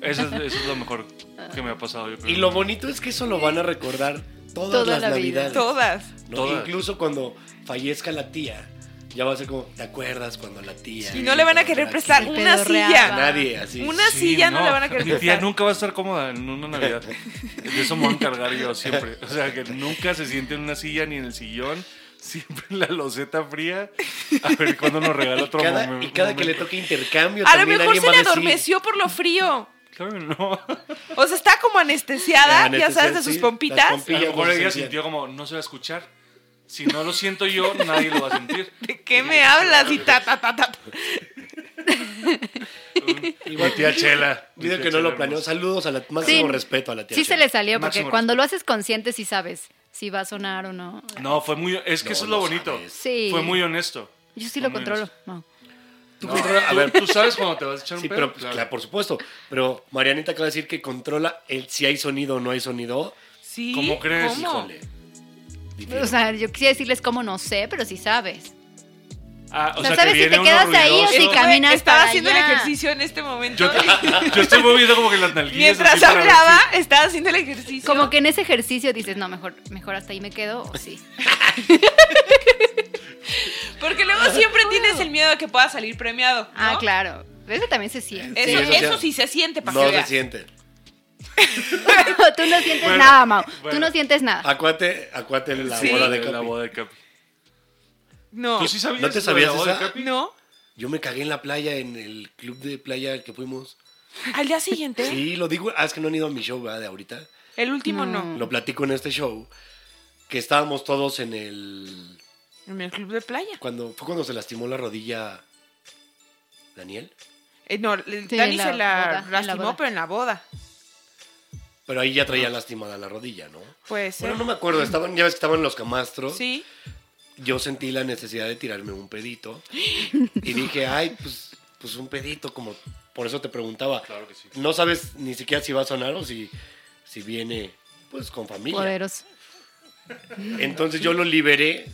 Eso, es- eso es lo mejor que me ha pasado, yo creo.
Y lo bonito es que eso lo van a recordar
Toda
todas las
la vida.
navidades.
Todas.
¿no?
Todas.
Incluso cuando fallezca la tía, ya va a ser como, ¿te acuerdas cuando la tía?
Y no le van a querer prestar
Sí,
una
pedorreaba.
a
silla.
nadie,
(laughs)
así.
Una silla no, la van a
(laughs)
querer
Mi tía
prestar.
nunca va a estar cómoda en una Navidad. De eso me voy a encargar yo siempre. O sea, que nunca se siente en una silla ni en el sillón. Siempre en la loseta fría. A ver cuándo nos regala otro
Cada-
momen-
y cada que le
momento.
toque intercambio,
A lo
también
mejor
alguien
se
va
le
a decir,
adormeció por lo frío.
Claro que no.
O sea, está como anestesiada,
Ah,
ya sabes,
anestesia,
de sus
sí,
pompitas.
las
A
pompillas
lo mejor
no se
ella
sentían.
sintió como, no se va a escuchar. Si no lo siento yo, nadie lo va a sentir.
¿De qué me hablas? Y ta, ta, ta, ta.
Mi tía Chela. mi
Digo
tía
que no
Chela
lo planeó.
hermosa.
Saludos a la máximo respeto a la tía.
Sí se
Chela.
le salió, porque
Máximo
cuando lo haces consciente sí sabes si va a sonar o no.
No, fue muy... Es que
No,
eso es
no
lo bonito.
sabes.
Sí.
Fue muy honesto.
Yo sí
Fue
lo
muy
controlo.
honesto.
Mau.
Tú
No,
controla- a
tú-
ver,
tú sabes cuando te vas a echar un
sí,
pedo,
pero pues,
claro.
claro, por supuesto. Pero Marianita acaba de decir que controla el si hay sonido o no hay sonido.
Sí.
¿Cómo crees?
¿Cómo?
Híjole. Difiero.
O sea, yo quisiera decirles cómo no sé, pero sí sabes.
Ah,
No
o sea, que
sabes si
viene
te
uno
quedas ahí o
ruidoso.
si
Estuve-
caminas
Estaba
para
haciendo
allá.
el ejercicio en este momento.
Yo, yo estoy moviendo como que las nalguillas.
(laughs)
así
Mientras
para ver
hablaba, estaba haciendo el ejercicio.
Como que en ese ejercicio dices, no, mejor, mejor hasta ahí me quedo o sí.
Porque luego siempre tienes el miedo de que pueda salir premiado. ¿no?
Ah, claro. Eso también
(laughs)
se siente.
Eso,
Sí,
eso
eso
sí,
sí.
se siente para
no
que
se
veas.
siente.
(laughs) Tú no sientes
Bueno,
nada, Mau. Tú
bueno.
no sientes nada.
Acuate, acuate la
Ah. Sí.
boda
si-
de
la
Capi.
boda de Capi.
No.
¿Tú sí sabías?
¿No te
lo de
sabías
la boda de
esa?
Capi?
¿No?
Yo me cagué en la playa, en el club de playa al que fuimos.
Al día siguiente,
Sí, lo digo. Ah, es que no han ido a mi show, ¿verdad? De ahorita.
el último no.
Lo platico en este show. Que estábamos todos en el.
Mm.
En el club de playa.
Cuando, ¿Fue cuando se lastimó la rodilla Daniel?
Eh, no, el-
Sí,
Dani
en la
se la
boda, en la
lastimó,
boda.
pero en la boda.
Pero ahí ya traía lastimada la rodilla, ¿no?
Puede ser.
Bueno, no me acuerdo, estaban, ya ves que estaban los camastros.
Sí.
Yo sentí la necesidad de tirarme un pedito. Y dije, ay, pues, pues un pedito, como por eso te preguntaba.
Claro que sí.
No sabes ni siquiera si va a sonar o si, si viene, pues, con familia.
Poderoso.
Entonces yo lo liberé,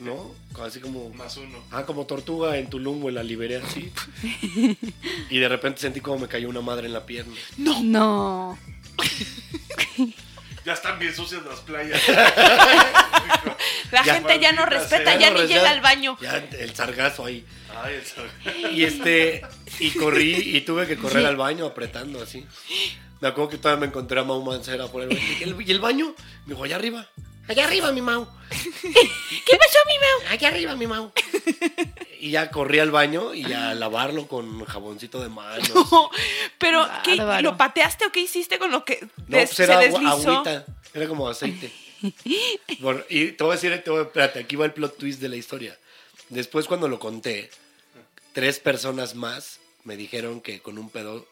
¿no? Así como...
Más uno.
Ah, como tortuga en Tulum, güey, la liberé así. y de repente sentí como me cayó una madre en la pierna.
No. No.
Ya están bien sucias las
(laughs)
playas.
La
Ya.
gente ya no
Maldita
respeta,
sea.
ya
no,
ni
pues,
llega al baño.
Ya el sargazo ahí.
Ay, el sabor.
Y este, y corrí y tuve que correr al baño apretando así. Me acuerdo que todavía me encontré a Mau Mancera por el baño. ¿Y el, y el baño? Me dijo, allá arriba. Allá arriba, mi Mau.
¿Qué pasó, mi Mau?
Allá arriba, mi Mau. Y ya corrí al baño y a lavarlo con jaboncito de manos. No,
Pero, ¿qué,
Bárbaro.
¿lo pateaste o qué hiciste con lo que des-
pues era
se
agua-
deslizó?
agüita. Era como aceite. Por- y te voy a decir, te voy a- espérate, aquí va el plot twist de la historia. Después cuando lo conté, tres personas más me dijeron que con un pedo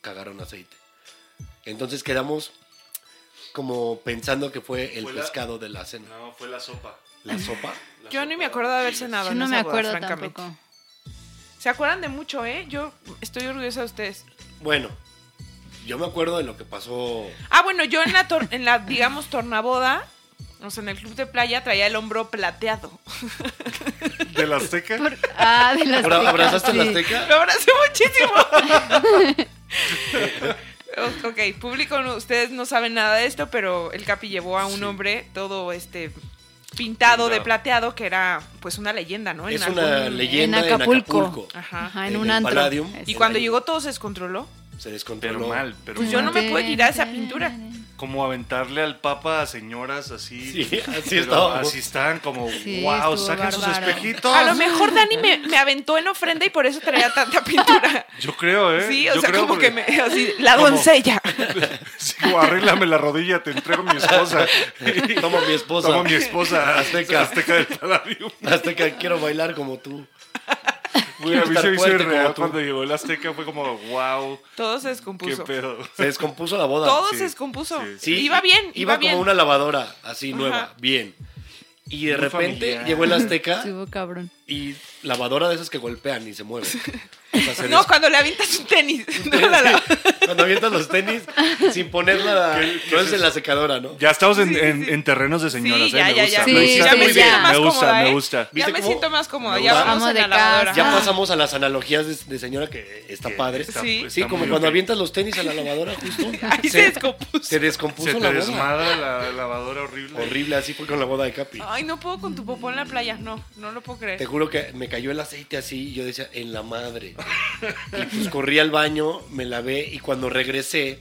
cagaron aceite. Entonces quedamos como pensando que fue el
Fue la-
pescado de la cena.
No, fue la sopa.
La sopa.
La
Yo
sopa
ni me acuerdo de haber cenado.
Yo
en
no
esa
me
boda,
acuerdo
francamente.
tampoco.
Se acuerdan de mucho, ¿eh? Yo estoy orgullosa de ustedes.
Bueno, yo me acuerdo de lo que pasó.
Ah, bueno, yo en la, tor- en la digamos, tornaboda, o sea, en el club de playa traía el hombro plateado.
¿De la
Pues
Azteca?
Ah, de las
Abra-
tecas,
¿Abrazaste a la
sí.
Azteca?
Lo abracé muchísimo. O- ok, público, no- ustedes no saben nada de esto, pero el Capi llevó a un hombre todo este pintado de
Pintado.
plateado que era pues una leyenda, ¿no? En
Es una
algún-
leyenda
en
en
Acapulco.
Acapulco.
Ajá.
Ajá, en
en
un
el
antro.
Palladium.
Y
Exacto.
cuando llegó todo se descontroló.
Se descontroló.
Pero mal, pero
Pues yo no
mal.
me puedo quitar esa pintura.
Como aventarle al papa a señoras así.
Sí, así
pero
estábamos.
Así están, como,
Sí,
wow,
estuvo
sacan sus
bárbaro.
espejitos.
A lo mejor Dani me, me aventó en ofrenda y por eso traía tanta
(laughs)
pintura.
Yo creo, ¿eh?
Sí, o
Yo
sea,
creo
como
porque-
que me, así, la
Como- (laughs)
doncella.
Sí, como, arréglame la rodilla, te entrego mi (laughs) esposa.
Toma mi esposa.
Toma mi esposa, azteca,
Azteca.
azteca del Palladium.
Azteca, quiero bailar como tú.
Güey, a mí
estar
se me hizo
fuerte como
irreal
tú.
cuando llegó el azteca, fue como, wow,
Todo se
qué
descompuso.
pedo.
Se descompuso la boda.
Todo
Sí,
se descompuso.
sí,
Sí.
Iba bien, iba,
Iba, como
bien.
una lavadora, así
Ajá.
nueva, bien. Y de
Muy
repente
familiar.
llegó el Azteca
Estuvo cabrón. (laughs)
y lavadora de esas que golpean y se mueven. O sea, se
No, cuando le avientas un tenis. No, la- la-
des- Cuando avientas los tenis sin ponerla,
¿Qué- qué
no
es
es en la secadora, ¿no?
Ya estamos en, en- en terrenos de señoras,
Sí,
¿eh?
ya,
Me
ya,
gusta,
ya.
Sí,
me gusta.
ya me siento
me
más
gusta,
cómoda,
me
¿eh?
gusta.
Ya
¿Viste
me
cómo?
siento más cómoda.
Me
Ya
gusta.
vamos
Amo
en
de
la lavadora.
casa.
Ya
Ah.
pasamos a las analogías de, de señora que está padre.
Está-
Sí.
está
sí, como
muy
cuando
ok.
avientas los tenis a la lavadora, justo.
Ahí se descompuso.
se descompuso
Se te
la boda.
desmadra la lavadora horrible.
Horrible, así fue con la boda de Capi.
Ay, no puedo con tu popó en la playa. No, no lo puedo
Te
creer.
juro que me cayó el aceite así y yo decía, en la madre. Y pues corrí al baño, me lavé y cuando regresé,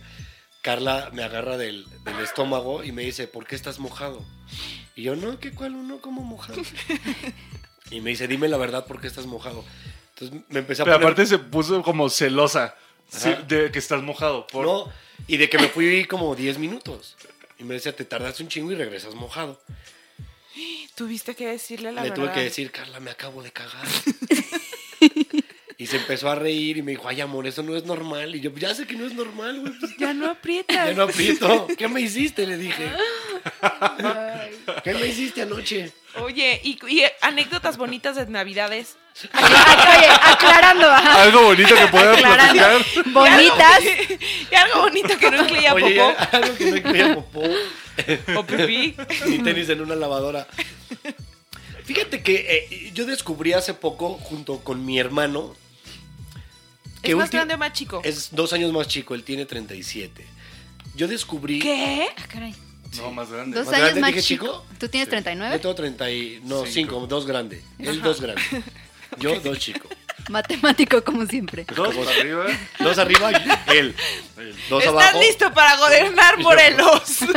Carla me agarra del, del estómago y me dice, ¿por qué estás mojado? Y yo, no, ¿qué cuál uno como mojado? Y me dice, dime la verdad, ¿por qué estás mojado? Entonces me empecé a
Pero
poner-
aparte se puso como celosa sí,
Ajá.
de que estás mojado. Por...
No, y de que me fui como 10 minutos. Y me decía, te tardaste un chingo y regresas mojado.
Tuviste que decirle la
Le
verdad.
tuve que decir, Carla, me acabo
(laughs)
de cagar. y se empezó a reír y me dijo, ay, amor, eso no es normal. Y yo, ya sé que no es normal, güey. pues,
Ya
(laughs)
no aprietas.
ya no aprieto. ¿Qué me hiciste? Le dije. ¿Qué me hiciste anoche?
Oye, y, y anécdotas bonitas de Navidades.
Oye, aclarando. ajá.
Algo bonito que
(laughs)
pueda
Aclarando.
platicar.
Bonitas.
Y algo, (laughs) y algo bonito que no incluía
Oye, ya,
popó
(laughs) algo que no incluía popó,
(laughs) o pipí.
ni tenis en una lavadora. Fíjate que eh, yo descubrí hace poco, junto con mi hermano,
¿Es más
ulti-
grande o más chico?
es dos años más chico, él tiene 37. Yo descubrí...
¿Qué?
Ah, caray.
No, más grande.
Dos
¿Más
años
grande
más
dije
chico.
chico?
¿Tú tienes 39?
Yo tengo 30 y... No,
Cinco.
5, dos grande. Él dos
(laughs)
grande. Yo dos chico.
Matemático como siempre.
Dos para arriba.
Dos arriba, él. Dos
¿Estás
abajo.
listo para
(laughs)
gobernar Morelos? (laughs)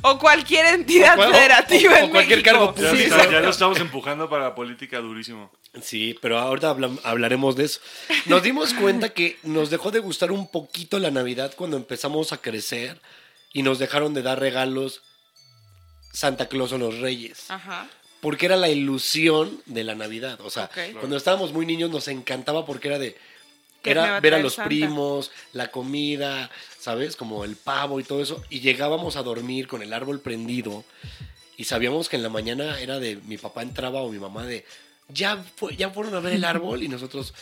o cualquier entidad
O cual- o-
federativa
o- o
en
cualquier
México.
cargo
Ya,
Sí,
está,
sí.
ya lo estamos empujando para la política durísimo.
Sí, pero ahorita habla- hablaremos de eso. Nos dimos cuenta que nos dejó de gustar un poquito la Navidad cuando empezamos a crecer y nos dejaron de dar regalos Santa Claus o los Reyes.
Ajá.
porque era la ilusión de la Navidad. O sea,
Ok. Claro.
cuando estábamos muy niños nos encantaba porque era de
¿Qué me va
era
a
ver a
traer
los
Santa?
primos, la comida, ¿sabes? Como el pavo y todo eso. Y llegábamos a dormir con el árbol prendido y sabíamos que en la mañana era de mi papá entraba o mi mamá de ya, fue- ya fueron a ver el árbol y nosotros,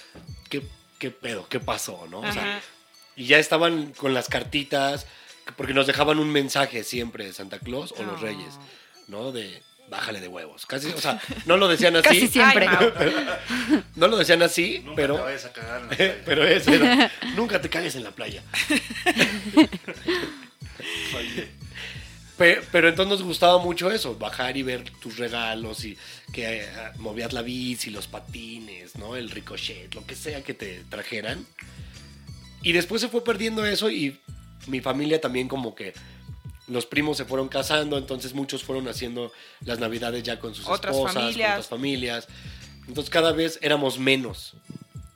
¿qué, qué pedo? ¿Qué pasó? ¿No? O sea,
Ajá.
y ya estaban con las cartitas, porque nos dejaban un mensaje siempre de Santa Claus o los
No.
Reyes, ¿no? De bájale de huevos. Casi, o sea, no lo
(laughs)
decían así.
Casi siempre.
Ay, Mau.
No lo decían así,
Nunca
pero. eh,
te vayas a cagar en la calle.
(laughs) Pero eso era, nunca te cagues en
(laughs)
la playa. eh. Pe- Pero, entonces nos gustaba mucho eso, bajar y ver tus regalos y que eh, movías la bici, los patines, ¿no? El ricochet, lo que sea que te trajeran. Y después se fue perdiendo eso y mi familia también como que los primos se fueron casando, entonces muchos fueron haciendo las navidades ya con sus
Otras
esposas,
familias.
con otras familias. Entonces cada vez éramos menos.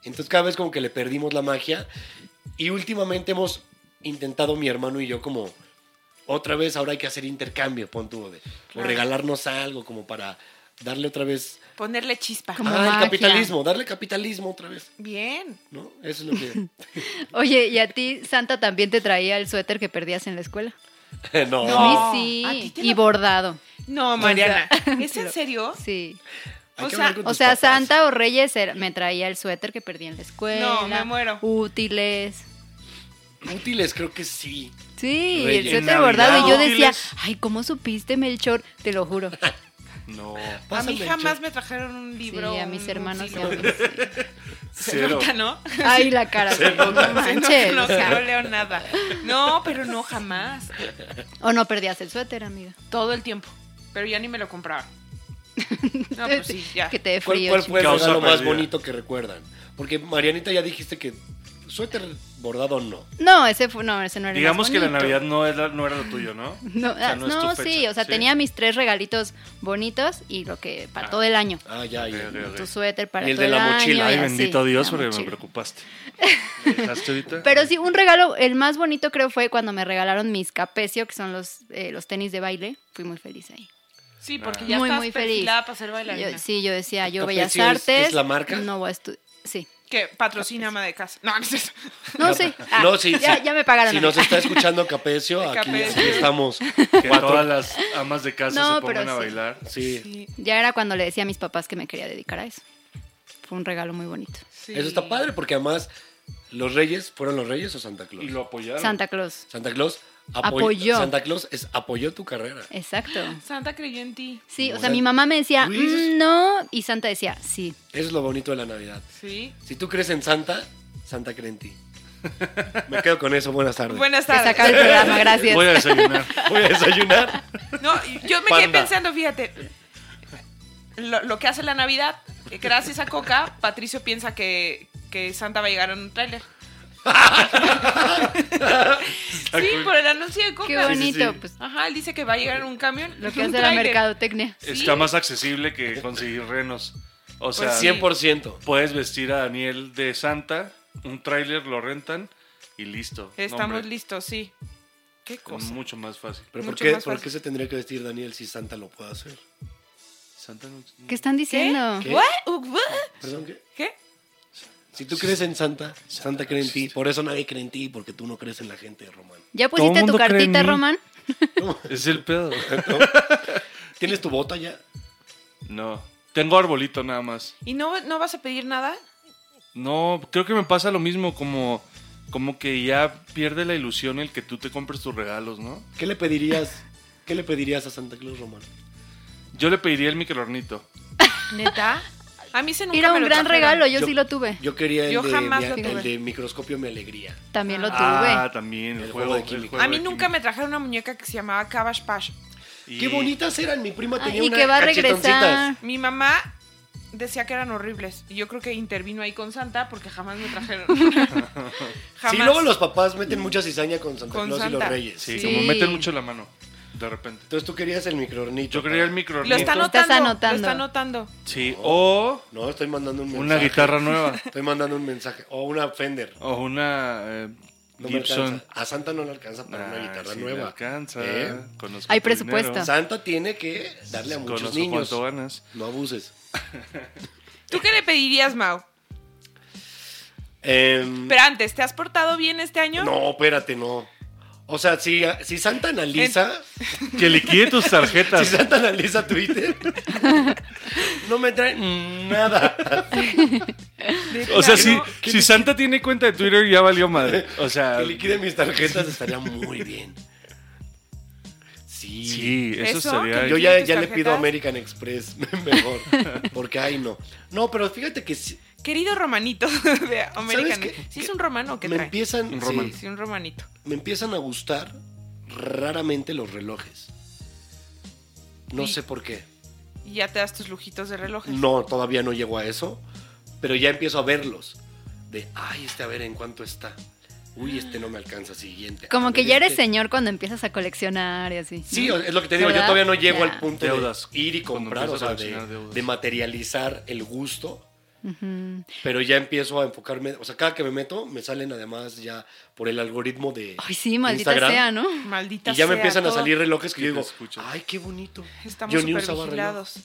Entonces cada vez como que le perdimos la magia. Y últimamente hemos intentado mi hermano y yo como otra vez ahora hay que hacer intercambio, pon tú, de- o
Claro.
regalarnos algo como para darle otra vez
Ponerle chispa.
Como
ah, el
magia.
capitalismo, darle capitalismo otra vez,
Bien.
¿no? Eso es lo que (laughs)
Oye, ¿y a ti Santa también te traía el suéter que perdías en la escuela?
no.
No.
A mí
¿a ti
sí.
te
Y
lo-
bordado.
No, Mariana. ¿Es en serio?
Sí.
Hay
O
que
sea-
hablar con
O
tus
sea,
papás.
Santa o Reyes era- me traía el suéter que perdí en la escuela.
No, me muero.
Útiles.
Útiles, creo que sí.
Sí,
Reyes.
el
En
suéter
Navidad,
bordado. Y yo decía,
útiles.
ay, ¿cómo supiste, Melchor? Te lo juro.
No,
A mí
Pásame,
jamás
Cho.
me trajeron un libro.
sí, a
un-
mis
un
hermanos. y a
libro.
mí, sí.
Se
cero.
nota,
(laughs)
¿no?
Ay, la cara. sí, no
Ay, (laughs) no,
manches.
no, no leo nada. No, pero no jamás.
O no perdías el suéter, amiga.
Todo el tiempo. Pero ya ni me lo compraba. No, pues sí, ya.
Que te dé
¿Cuál,
frío.
cuál fue el
Causa
regalo más
perdida.
bonito que recuerdan? Porque Marianita ya dijiste que suéter bordado no.
No, ese fue, no, ese no era el
Digamos
más
que la
bonito.
Navidad no era, no era lo tuyo, ¿no?
No,
sea,
ah,
no es
no,
tu
sí,
fecha,
o sea,
sí.
tenía mis tres regalitos bonitos y lo que para
Ah.
todo el año.
Ah, ya, ya.
Ok, ok, ok.
Tu suéter para
Y el
todo
de la
año
mochila.
y
Ay,
así,
bendito Dios,
la
porque me
mochila.
preocupaste. ¿Me dejaste ahorita?
Pero sí, un regalo, el más bonito creo fue cuando me regalaron mis capecio, que son los, eh, los tenis de baile. Fui muy feliz ahí.
Sí, porque ya
Muy,
estás
muy feliz.
perfilada para ser bailarina.
Yo- sí, yo decía, yo
¿Capecio
Bellas
es-
Artes.
es la marca?
No voy a estudiar.
(laughs)
Sí.
Que patrocina ama de casa. No, no es eso.
No, sí. Ah,
No, sí,
ya,
sí.
ya me pagaron.
Si
amiga.
nos está escuchando Capecio, aquí,
Capecio.
aquí estamos.
que todas
Cuatro.
las amas de casa
No,
se pongan
pero
a
sí.
bailar.
Sí.
Sí,
(laughs) Ya era cuando le decía a mis papás que me quería dedicar a eso. Fue un regalo muy bonito.
sí.
Eso está padre porque además los reyes, ¿fueron los reyes o Santa Claus?
Y lo apoyaron.
Santa Claus.
Santa Claus apo-
Apoyó.
Santa Claus es, apoyó tu carrera.
Exacto.
Santa creyó en ti.
Sí, o
O
sea,
sea,
mi mamá me decía,
tú dices-
"Mm, no, y Santa decía, sí.
Eso es lo bonito de la Navidad.
Sí.
Si tú crees en Santa, Santa cree en ti. Me quedo con eso. Buenas tardes.
Buenas
Se
tardes.
saca el programa, gracias.
Voy a
(laughs)
desayunar.
Voy a desayunar.
No, yo me quedé
Panda.
pensando, fíjate. Lo, lo que hace la Navidad, eh, gracias a Coca, Patricio piensa que, que Santa va a llegar en un
(laughs)
tráiler. sí, por el anuncio de Coca.
Qué bonito,
sí.
pues
Ajá, él dice que va a llegar en un camión.
lo que
un
hace la
tráiler.
mercadotecnia.
Sí.
Está más accesible que conseguir renos. O sea,
100%.
puedes vestir a Daniel de Santa, un tráiler lo rentan y listo.
Estamos
Hombre,
listos, sí. Qué cosa.
Mucho más fácil.
¿Pero por
Mucho
qué,
más
por
fácil.
qué se tendría que vestir Daniel si Santa lo puede hacer?
Santa no-
¿Qué están diciendo?
¿Qué?
¿What? Uh, what?
¿Perdón qué?
¿Qué?
Si tú crees en Santa, Santa cree en ti. Por eso nadie cree en ti, porque tú no crees en la gente, Román.
¿Ya
Todo
pusiste tu
mundo cree en
cartita,
mí.
Román?
Es el pedo.
¿Tienes tu bota ya?
No. Tengo arbolito nada más.
¿Y no, no vas a pedir nada?
No, creo que me pasa lo mismo, como, como que ya pierde la ilusión el que tú te compres tus regalos, ¿no?
¿Qué le pedirías? ¿Qué le pedirías a Santa Claus, Román?
Yo le pediría el microornito.
¿Neta? A mí se nunca
Era
me
un
lo
gran
trajeron.
regalo, yo, sí lo tuve.
Yo quería el,
Yo
de,
jamás
mi-
lo tuve.
el de microscopio mi alegría.
También lo tuve.
Ah, también, el,
El
juego,
juego de
el
química.
juego
A mí
de
nunca
química.
me trajeron una muñeca que se llamaba Cabash Pash.
Y-
Qué bonitas eran, mi prima
Ah,
tenía
y
una
que va a
cachetoncitas.
regresar.
Mi mamá decía que eran horribles. Y yo creo que intervino ahí con Santa porque jamás me
(laughs)
trajeron. una. jamás.
Sí, luego los papás meten mucha cizaña con Santa
Con
Claus y los
Santa.
Reyes.
Sí,
Sí.
como meten mucho la mano, de repente.
Entonces tú querías el microornito.
Yo quería el
Lo
microornito.
está
Lo
anotando.
estás
Lo está anotando.
Sí, o
No, estoy mandando un mensaje.
una guitarra nueva.
(laughs) Estoy mandando un mensaje. O una Fender.
O una eh,
No me
Gibson.
alcanza. A Santa no le alcanza para una
Ah,
guitarra
sí, le
nueva.
alcanza.
¿Eh?
Conozco
Hay
tu
presupuesto.
dinero.
Santa tiene que darle a muchos
Conozco
niños.
cuánto ganas.
No abuses.
¿Tú qué le pedirías, Mau?
Em,
Pero antes, ¿te has portado bien este año?
no, espérate, no. O sea, si, si Santa analiza,
Que liquide tus
(laughs) si
tarjetas.
Santa analiza Twitter, no me trae nada.
De
O sea, si,
plano.
si Santa tiene cuenta de Twitter, ya valió madre. O sea,
Que liquide mis tarjetas estaría muy bien. Sí.
sí, eso,
Eso,
sería.
que
Yo
¿Liquide
ya,
tus
ya le pido
tarjetas?
American Express (laughs) mejor. Porque ay no. No, pero fíjate que sí-
Querido romanito (laughs) de American.
qué?
Si es un romano que
me
trae.
empiezan.
Un
sí,
romance.
Sí, un romanito.
me empiezan a gustar raramente los relojes. No
Sí.
sé por qué.
Y ya te das tus lujitos de relojes.
No, todavía no llego a eso, pero ya empiezo a verlos. De, ay, este a ver en cuánto está. Uy, este no me alcanza, siguiente. A
Como que
ver,
ya eres
este.
señor cuando empiezas a coleccionar y así.
Sí, o- es lo que te digo,
¿Verdad?
yo todavía no llego
Ya.
al punto
Deudas.
de ir y
Cuando
comprar, o
empiezas a
sea, de,
coleccionar deudas.
de materializar el gusto,
Ujú.
pero ya empiezo a enfocarme, o sea, cada que me meto me salen además ya por el algoritmo de
Ay, sí, maldita
Instagram,
sea, ¿no?
Maldita
Y ya me
sea,
empiezan a
todo.
salir relojes que
Y
yo
te
digo,
escuchas.
ay, qué bonito.
Estamos
Yo ni
súper
usaba reloj.
vigilados.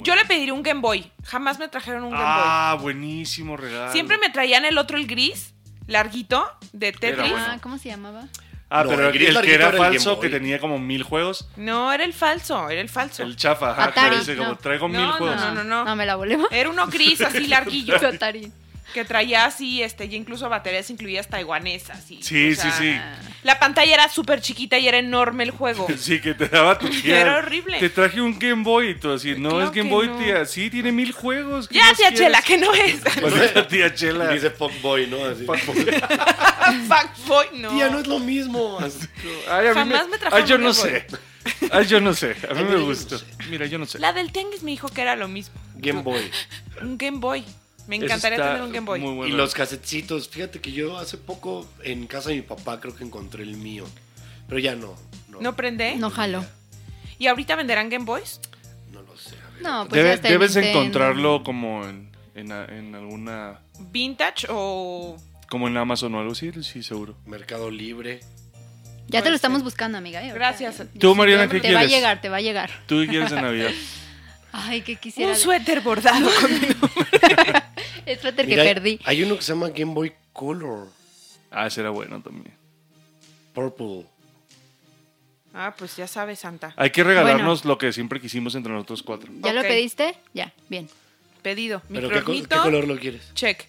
Yo le pediría un Game Boy. Jamás me trajeron un Game
Ah, buenísimo regalo.
Boy. Siempre me traían el otro, el gris, larguito, de Tetris.
bueno.
Ah, ¿cómo se llamaba?
Ah,
No,
pero
el
el,
gris
que
larguito
era
era el
falso,
Game Boy.
que tenía como mil juegos,
No, era el falso, era el falso.
el chafa, ajá,
Atari,
que dice
no.
como traigo
No,
mil
no,
juegos.
no, no, no.
No Ah, me la
(laughs)
volvemos.
Era uno gris,
(laughs)
así larguillo,
Atari.
que traía así, este, y incluso baterías incluidas taiwanesas. Y,
Sí,
o sea,
sí,
La pantalla era súper chiquita y era enorme el
(laughs)
juego.
(laughs)
(laughs)
Sí, que te daba tu tía.
Era horrible.
Te traje un Game Boy y tú así, no
Claro
es Game
que
Boy,
no.
tía. Sí, tiene mil juegos. ¿qué
Ya,
más
tía
quieres?
Chela,
(laughs)
que no es. (laughs)
O sea, tía Chela.
Dice fuckboy, ¿no? Así.
Fuckboy, no.
Tía, no es lo mismo. Así.
Ay, a mí
jamás
me,
me trajo
ay, yo
un
no
Game Boy.
sé. Ay, yo no sé. A mí
Ay,
me
yo no
gustó.
sé.
Mira, yo no sé.
La del Tianguis me dijo que era lo mismo.
Game Boy.
Un Game Boy. Me
Eso
encantaría
está
tener un Game Boy.
muy bueno.
Y los casetitos. Fíjate que yo hace poco en casa de mi papá creo que encontré el mío. Pero ya no. No,
¿No prende?
No jalo.
¿Y ahorita venderán Game Boys?
no lo sé. A ver.
No, pues ya
Debe-
está el
debes
Nintendo.
encontrarlo como en, en, a- en alguna.
¿Vintage o...?
Como en Amazon o algo así, sí, seguro.
Mercado Libre.
Ya te lo estamos buscando, amiga. eh, ahorita.
Gracias.
Tú, Mariana, ¿qué
Te va a
quieres?
llegar, te va a llegar.
¿Tú qué quieres de Navidad? (laughs)
Ay, que quisiera.
Un suéter
(laughs)
bordado con mi nombre.
El suéter que
Mira, hay-
perdí.
Hay uno que se llama Game Boy Color.
Ah, será bueno también.
Purple.
Ah, pues ya sabe, Santa.
Hay que regalarnos lo que siempre quisimos entre nosotros cuatro.
¿Ya lo
Ok.
pediste? Ya, bien.
Pedido.
¿Pero qué, co- qué
Microornito,
color lo quieres?
check.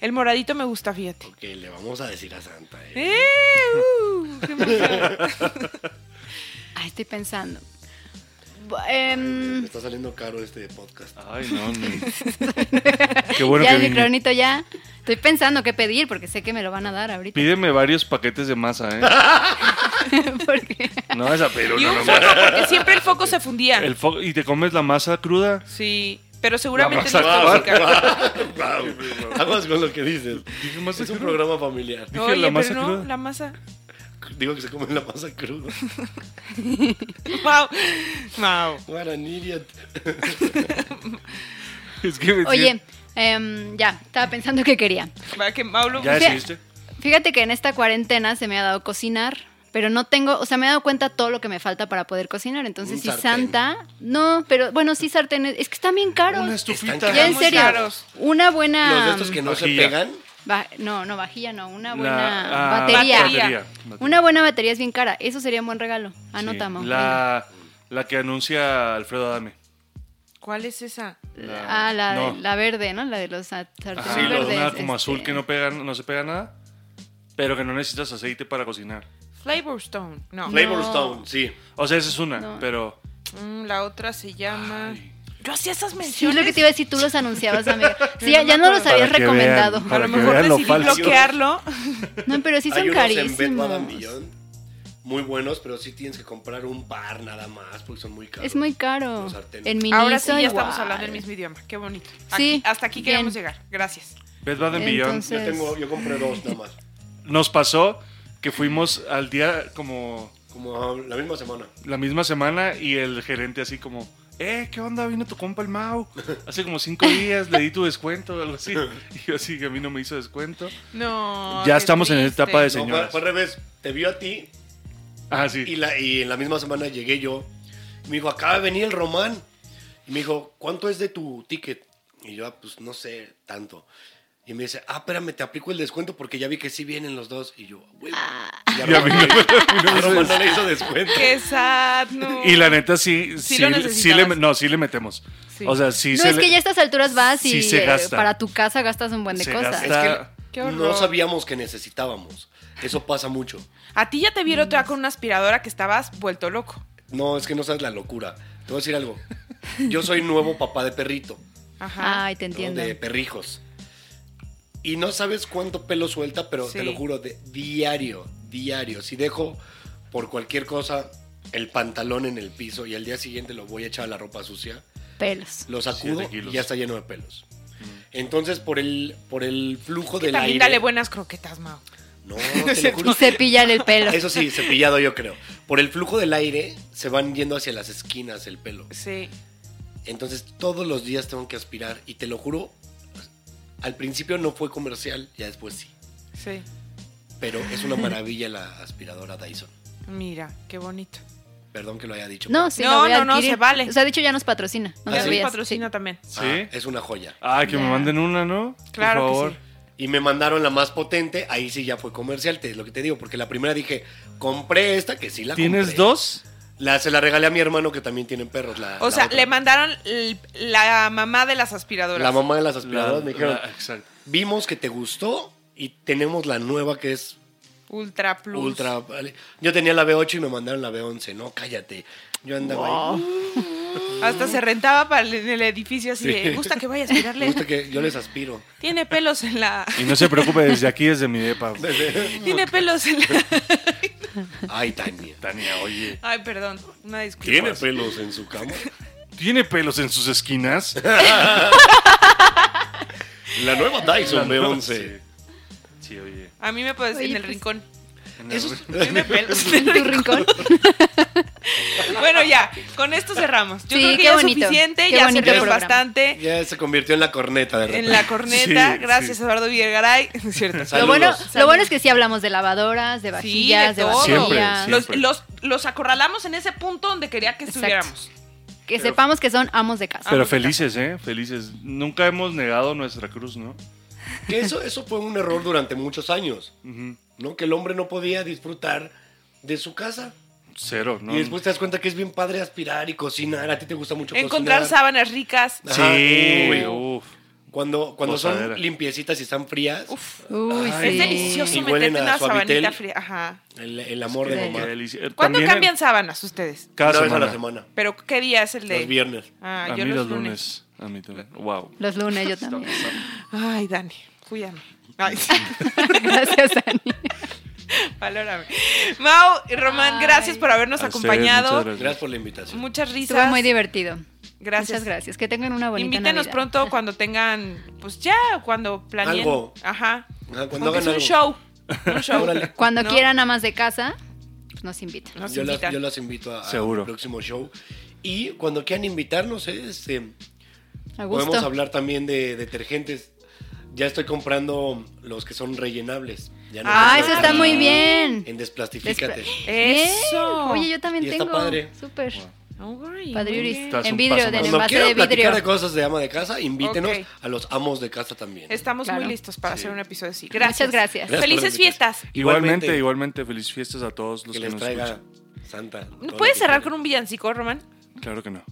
El moradito me gusta, fíjate.
Ok, le vamos a decir a Santa.
¡Eh!
eh.
uh,
(laughs)
qué emoción.
Ay, estoy pensando. Bu- em,
Me está saliendo caro este podcast.
Ay,
(laughs)
no, no. Qué bueno
ya
que
el
vine.
micronito ya. Estoy pensando qué pedir porque sé que me lo van a dar ahorita.
Pídeme varios paquetes de masa,
(laughs)
¿eh?
Porque-
No, esa pero
Y
no,
un
no,
foco, porque siempre el foco se fundía.
El fo- y te comes la masa cruda.
Sí, pero seguramente no
La
es
masa-
tóxica.
Guau, Aguas con lo que dices.
Dije masa
Es un
cruda.
programa familiar.
(laughs) Dije
Oye,
la masa
pero no,
cruda.
la masa.
Digo que se come la masa cruda.
Mau. Mau.
What an idiot.
(laughs) Es que me
Oye, em, ya, estaba pensando qué quería.
Va que Mau lo
¿Ya
o sea-
decidiste?
Fíjate que en esta cuarentena se me ha dado cocinar, pero no tengo, o sea, me he dado cuenta todo lo que me falta para poder cocinar. Entonces,
Un
si
sartén.
Santa, no, pero bueno, sí sartén, es que están bien caros.
Una
Están
estufita.
ya
están
en
muy
serio,
caros.
una buena
Los de estos que no
Vajilla.
se pegan.
va- no, no vajilla, no, una
La-
buena
ah,
batería.
Batería.
Una buena batería es bien cara, eso sería un buen regalo. Anota,
Sí,
Mau, venga.
La, la que anuncia Alfredo Adame.
¿Cuál es esa?
la-
ah, la,
no.
la verde, ¿no? La de los sar- sartenes
Ajá,
Ah, verdes.
una como azul
este,
que no pega, no se pega nada, pero que no necesitas aceite para cocinar.
Flavorstone. No.
Flavor Ah. Stone, sí.
O sea, esa es una,
No.
pero
Mm, la otra se llama.
Ay.
Yo hacía esas
Sí, es lo
menciones.
que te iba a decir, tú los anunciabas, amiga.
(laughs)
Sí, ya,
no
ya
me
no
acuerdo.
los habías
Para que vean.
recomendado.
a
Para
lo
que
mejor
vean lo
decidí
falso.
bloquearlo.
(laughs) No, pero sí
Hay
son
unos en Bed Bath and
carísimos.
Beyond muy buenos, pero sí tienes que comprar un par nada más porque son muy caros.
Es muy caro.
Los sartenes.
En Miniso
Ahora sí ya estamos
igual.
hablando el mismo idioma. Qué bonito.
Sí,
Aquí- hasta aquí
bien.
queremos llegar. Gracias.
Bed Bath Beyond
Entonces-
Yo tengo, yo compré dos nada más.
nos pasó que fuimos al día como
Como ah, la misma semana.
la misma semana y el gerente así como, eh, ¿qué onda? Vino tu compa el Mau. Hace como cinco días le di tu descuento o algo así. Y yo así que a mí no me hizo descuento.
No.
Ya
qué
estamos en
triste.
etapa de-
No,
Señoras.
fue, fue al revés. Te vio a ti
Ah, sí.
y, la, y en la misma semana llegué yo. Me dijo, acaba de venir el Román. Y me dijo, ¿cuánto es de tu ticket? Y yo, "Ah, pues no sé, tanto. Y me dice, ah, espérame, te aplico el descuento porque ya vi que sí vienen los dos. Y yo, güey. (laughs) Y a
Y a mí
Román
no-
a Román no le hizo descuento.
Ah. Qué sad. No.
(laughs) Y la neta sí, sí,
lo
sí le,
necesitabas.
no, sí le metemos.
Sí.
O sea, sí
No,
se
es
le-
que ya a estas alturas vas y
Sí se
eh,
gasta.
para tu casa gastas un buen de
se
cosas.
gasta-
Qué
no
horror.
sabíamos que necesitábamos. Eso pasa mucho.
A ti ya te vieron otra con una aspiradora que estabas vuelto loco.
No, es que no sabes la locura. Te voy a decir algo. Yo soy nuevo papá de perrito, ¿no?
Ajá.
Ay, te entiendo.
de perrijos. Y no sabes cuánto pelo suelta, pero te
Sí.
lo juro, de diario, diario. Si dejo por cualquier cosa el pantalón en el piso y al día siguiente lo voy a echar a la ropa sucia,
Pelos.
lo sacudo
Siete
y
kilos. Mm.
ya está lleno de pelos. Entonces, por el, por el flujo del
También
aire...
dale buenas croquetas, Mao. (laughs)
No, te lo juro.
Y cepillar el pelo.
Eso sí, cepillado yo creo. Por el flujo del aire se van yendo hacia las esquinas el pelo.
Sí.
Entonces todos los días tengo que aspirar y te lo juro, al principio no fue comercial, ya después sí.
Sí.
Pero
(laughs)
es una maravilla la aspiradora Dyson.
Mira, qué bonito.
Perdón que lo haya dicho.
No, sí,
No,
la voy a
no, no,
adquirir.
se vale.
O sea, de hecho ya nos patrocina.
Ya
No
Ya nos
soy
sabías.
patrocina también.
pero- Ah,
¿Sí?
Es una joya.
Ah, que
Ya.
me manden una, ¿no? Por
Claro que
favor.
sí.
Y me mandaron la más potente, ahí sí ya fue comercial, te, lo que te digo, porque la primera dije, compré esta, que sí la
¿Tienes
compré.
dos?
La, se la regalé a mi hermano que también tienen perros. La,
O
la
sea,
otra.
le mandaron l- la mamá de las aspiradoras.
La mamá de las aspiradoras
La-
me dijeron,
la- exacto.
vimos que te gustó y tenemos la nueva que es
Ultra Plus.
ultra... vale". Yo tenía la B8 y me mandaron la B11, no, cállate. Yo andaba ahí.
Hasta se rentaba para el, en el edificio así
Sí.
de, gusta que vaya a
(laughs)
Me
aspirarle.
gusta que yo les aspiro.
Tiene pelos en la...
Y no se preocupe, desde aquí, desde mi
(laughs)
depa.
(laughs) Tiene pelos en la...
Ay, Tania.
(laughs) Tania, oye.
Ay, perdón, una disculpa.
¿Tiene pelos en su cama?
¿Tiene pelos en sus
(laughs)
esquinas?
La
(laughs)
nueva Dyson
Sí.
B11.
Sí, oye.
A mí me puedes
Oye,
en el
pues-
rincón.
Eso
Tiene
(laughs)
pelos en
¿En
(laughs)
el
tu
rincón.
rincón?
Bueno, ya, con esto cerramos. Yo
Sí,
creo que
qué
ya es
bonito.
suficiente,
Qué
ya
bonito
servimos
programa.
bastante
ya se convirtió en la corneta de repente.
en la corneta.
Sí,
Gracias,
sí.
Eduardo (laughs) Villagaray. Es cierto.
Saludos.
Lo bueno,
Saludos.
lo bueno es que sí hablamos de lavadoras, de
Sí,
vajillas,
de
de,
todo.
baterías.
Siempre, siempre.
Los, los, los acorralamos en ese punto donde quería que
Exacto.
estuviéramos.
Que sepamos que son amos de casa.
Ah,
Pero felices, ¿eh? Felices. Nunca hemos negado nuestra cruz, ¿no?
Que eso, eso fue un error durante muchos años,
Ujú.
¿no? Que el hombre no podía disfrutar de su casa.
Cero, ¿no?
Y después te das cuenta que es bien padre aspirar y cocinar. A ti te gusta mucho
Encontrar
cocinar.
sábanas ricas.
Ajá.
Sí,
Uy.
uf.
Cuando, cuando
Posadera.
son limpiecitas y están frías,
Uy,
Ay,
Ah, Es
sí.
delicioso
Y
meterte en
huelen a
una
suavitel.
sabanita fría. Ajá.
el, el amor de
Sí.
mamá.
Qué delicia. Eh,
¿Cuándo
también
cambian sábanas ustedes?
Cada
Una vez
semana.
a la semana.
¿Pero qué día es el de...?
Los viernes.
Ah,
a
yo
mí
los,
los
lunes.
lunes. A mí también. Wow.
Los lunes yo
(laughs)
también. (laughs)
Ay, Dani, cuídame. Ay,
Gracias, Ani.
valórame. Mau y Román,
Ay.
gracias por habernos
A ustedes,
acompañado.
muchas gracias.
Gracias por la invitación.
Muchas
Estuvo
risas.
muy divertido.
Gracias.
Muchas gracias. Que tengan una bonita
Invítenos
Navidad.
pronto cuando tengan, pues ya, cuando planeen.
Algo.
Ajá.
Ajá,
Cuando
cuando
es
hagan
un
algo.
show.
(laughs)
Un show.
Órale.
Cuando
¿no?
quieran amas de casa, pues nos invitan.
Nos
yo, las,
invitan.
yo las invito a-
Seguro.
al próximo show. Y cuando quieran invitarnos, eh, este,
A gusto.
podemos hablar también de detergentes. Ya estoy comprando los que son rellenables. Ya no
Ah,
compro
eso está
en-
muy bien.
En Desplastifícate.
Despre-
Eso.
Bien. Oye, yo también
Y está
tengo.
padre.
Súper.
Ay, muy
Padriuris.
bien.
Estás
En
un
vidrio,
paso
del
más.
Cuando
envase de
quieran platicar de
vidrio.
cosas de ama de casa, invítenos
Ok.
a los amos de casa también.
Estamos
Claro.
muy listos para hacer un episodio así. Gracias.
Muchas gracias.
Gracias por la
Felices
invitación.
fiestas.
Igualmente, igualmente, feliz fiestas a todos los
Que
que,
les
nos
traiga
escuchan.
Santa. todo lo que
¿Puedes cerrar con
quieran.
un villancico, Román?
Claro que no.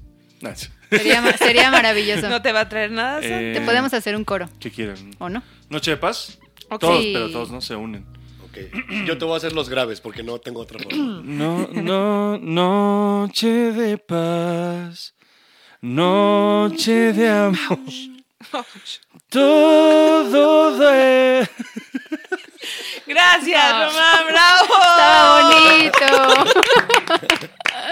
Nice.
Sería, ma- sería maravilloso.
No te va a traer nada. Sam?
Eh,
Te podemos hacer un coro,
¿Qué quieren?
¿o no?
Noche de paz.
Ok.
Todos,
Sí.
pero todos no se unen.
Ok. Yo te voy a hacer los graves porque no tengo
(clears throat)
otra forma.
No, no, noche de paz. Noche de amor.
(laughs)
Todo de.
(laughs) Gracias,
(laughs)
Román. Bravo.
¡Está bonito!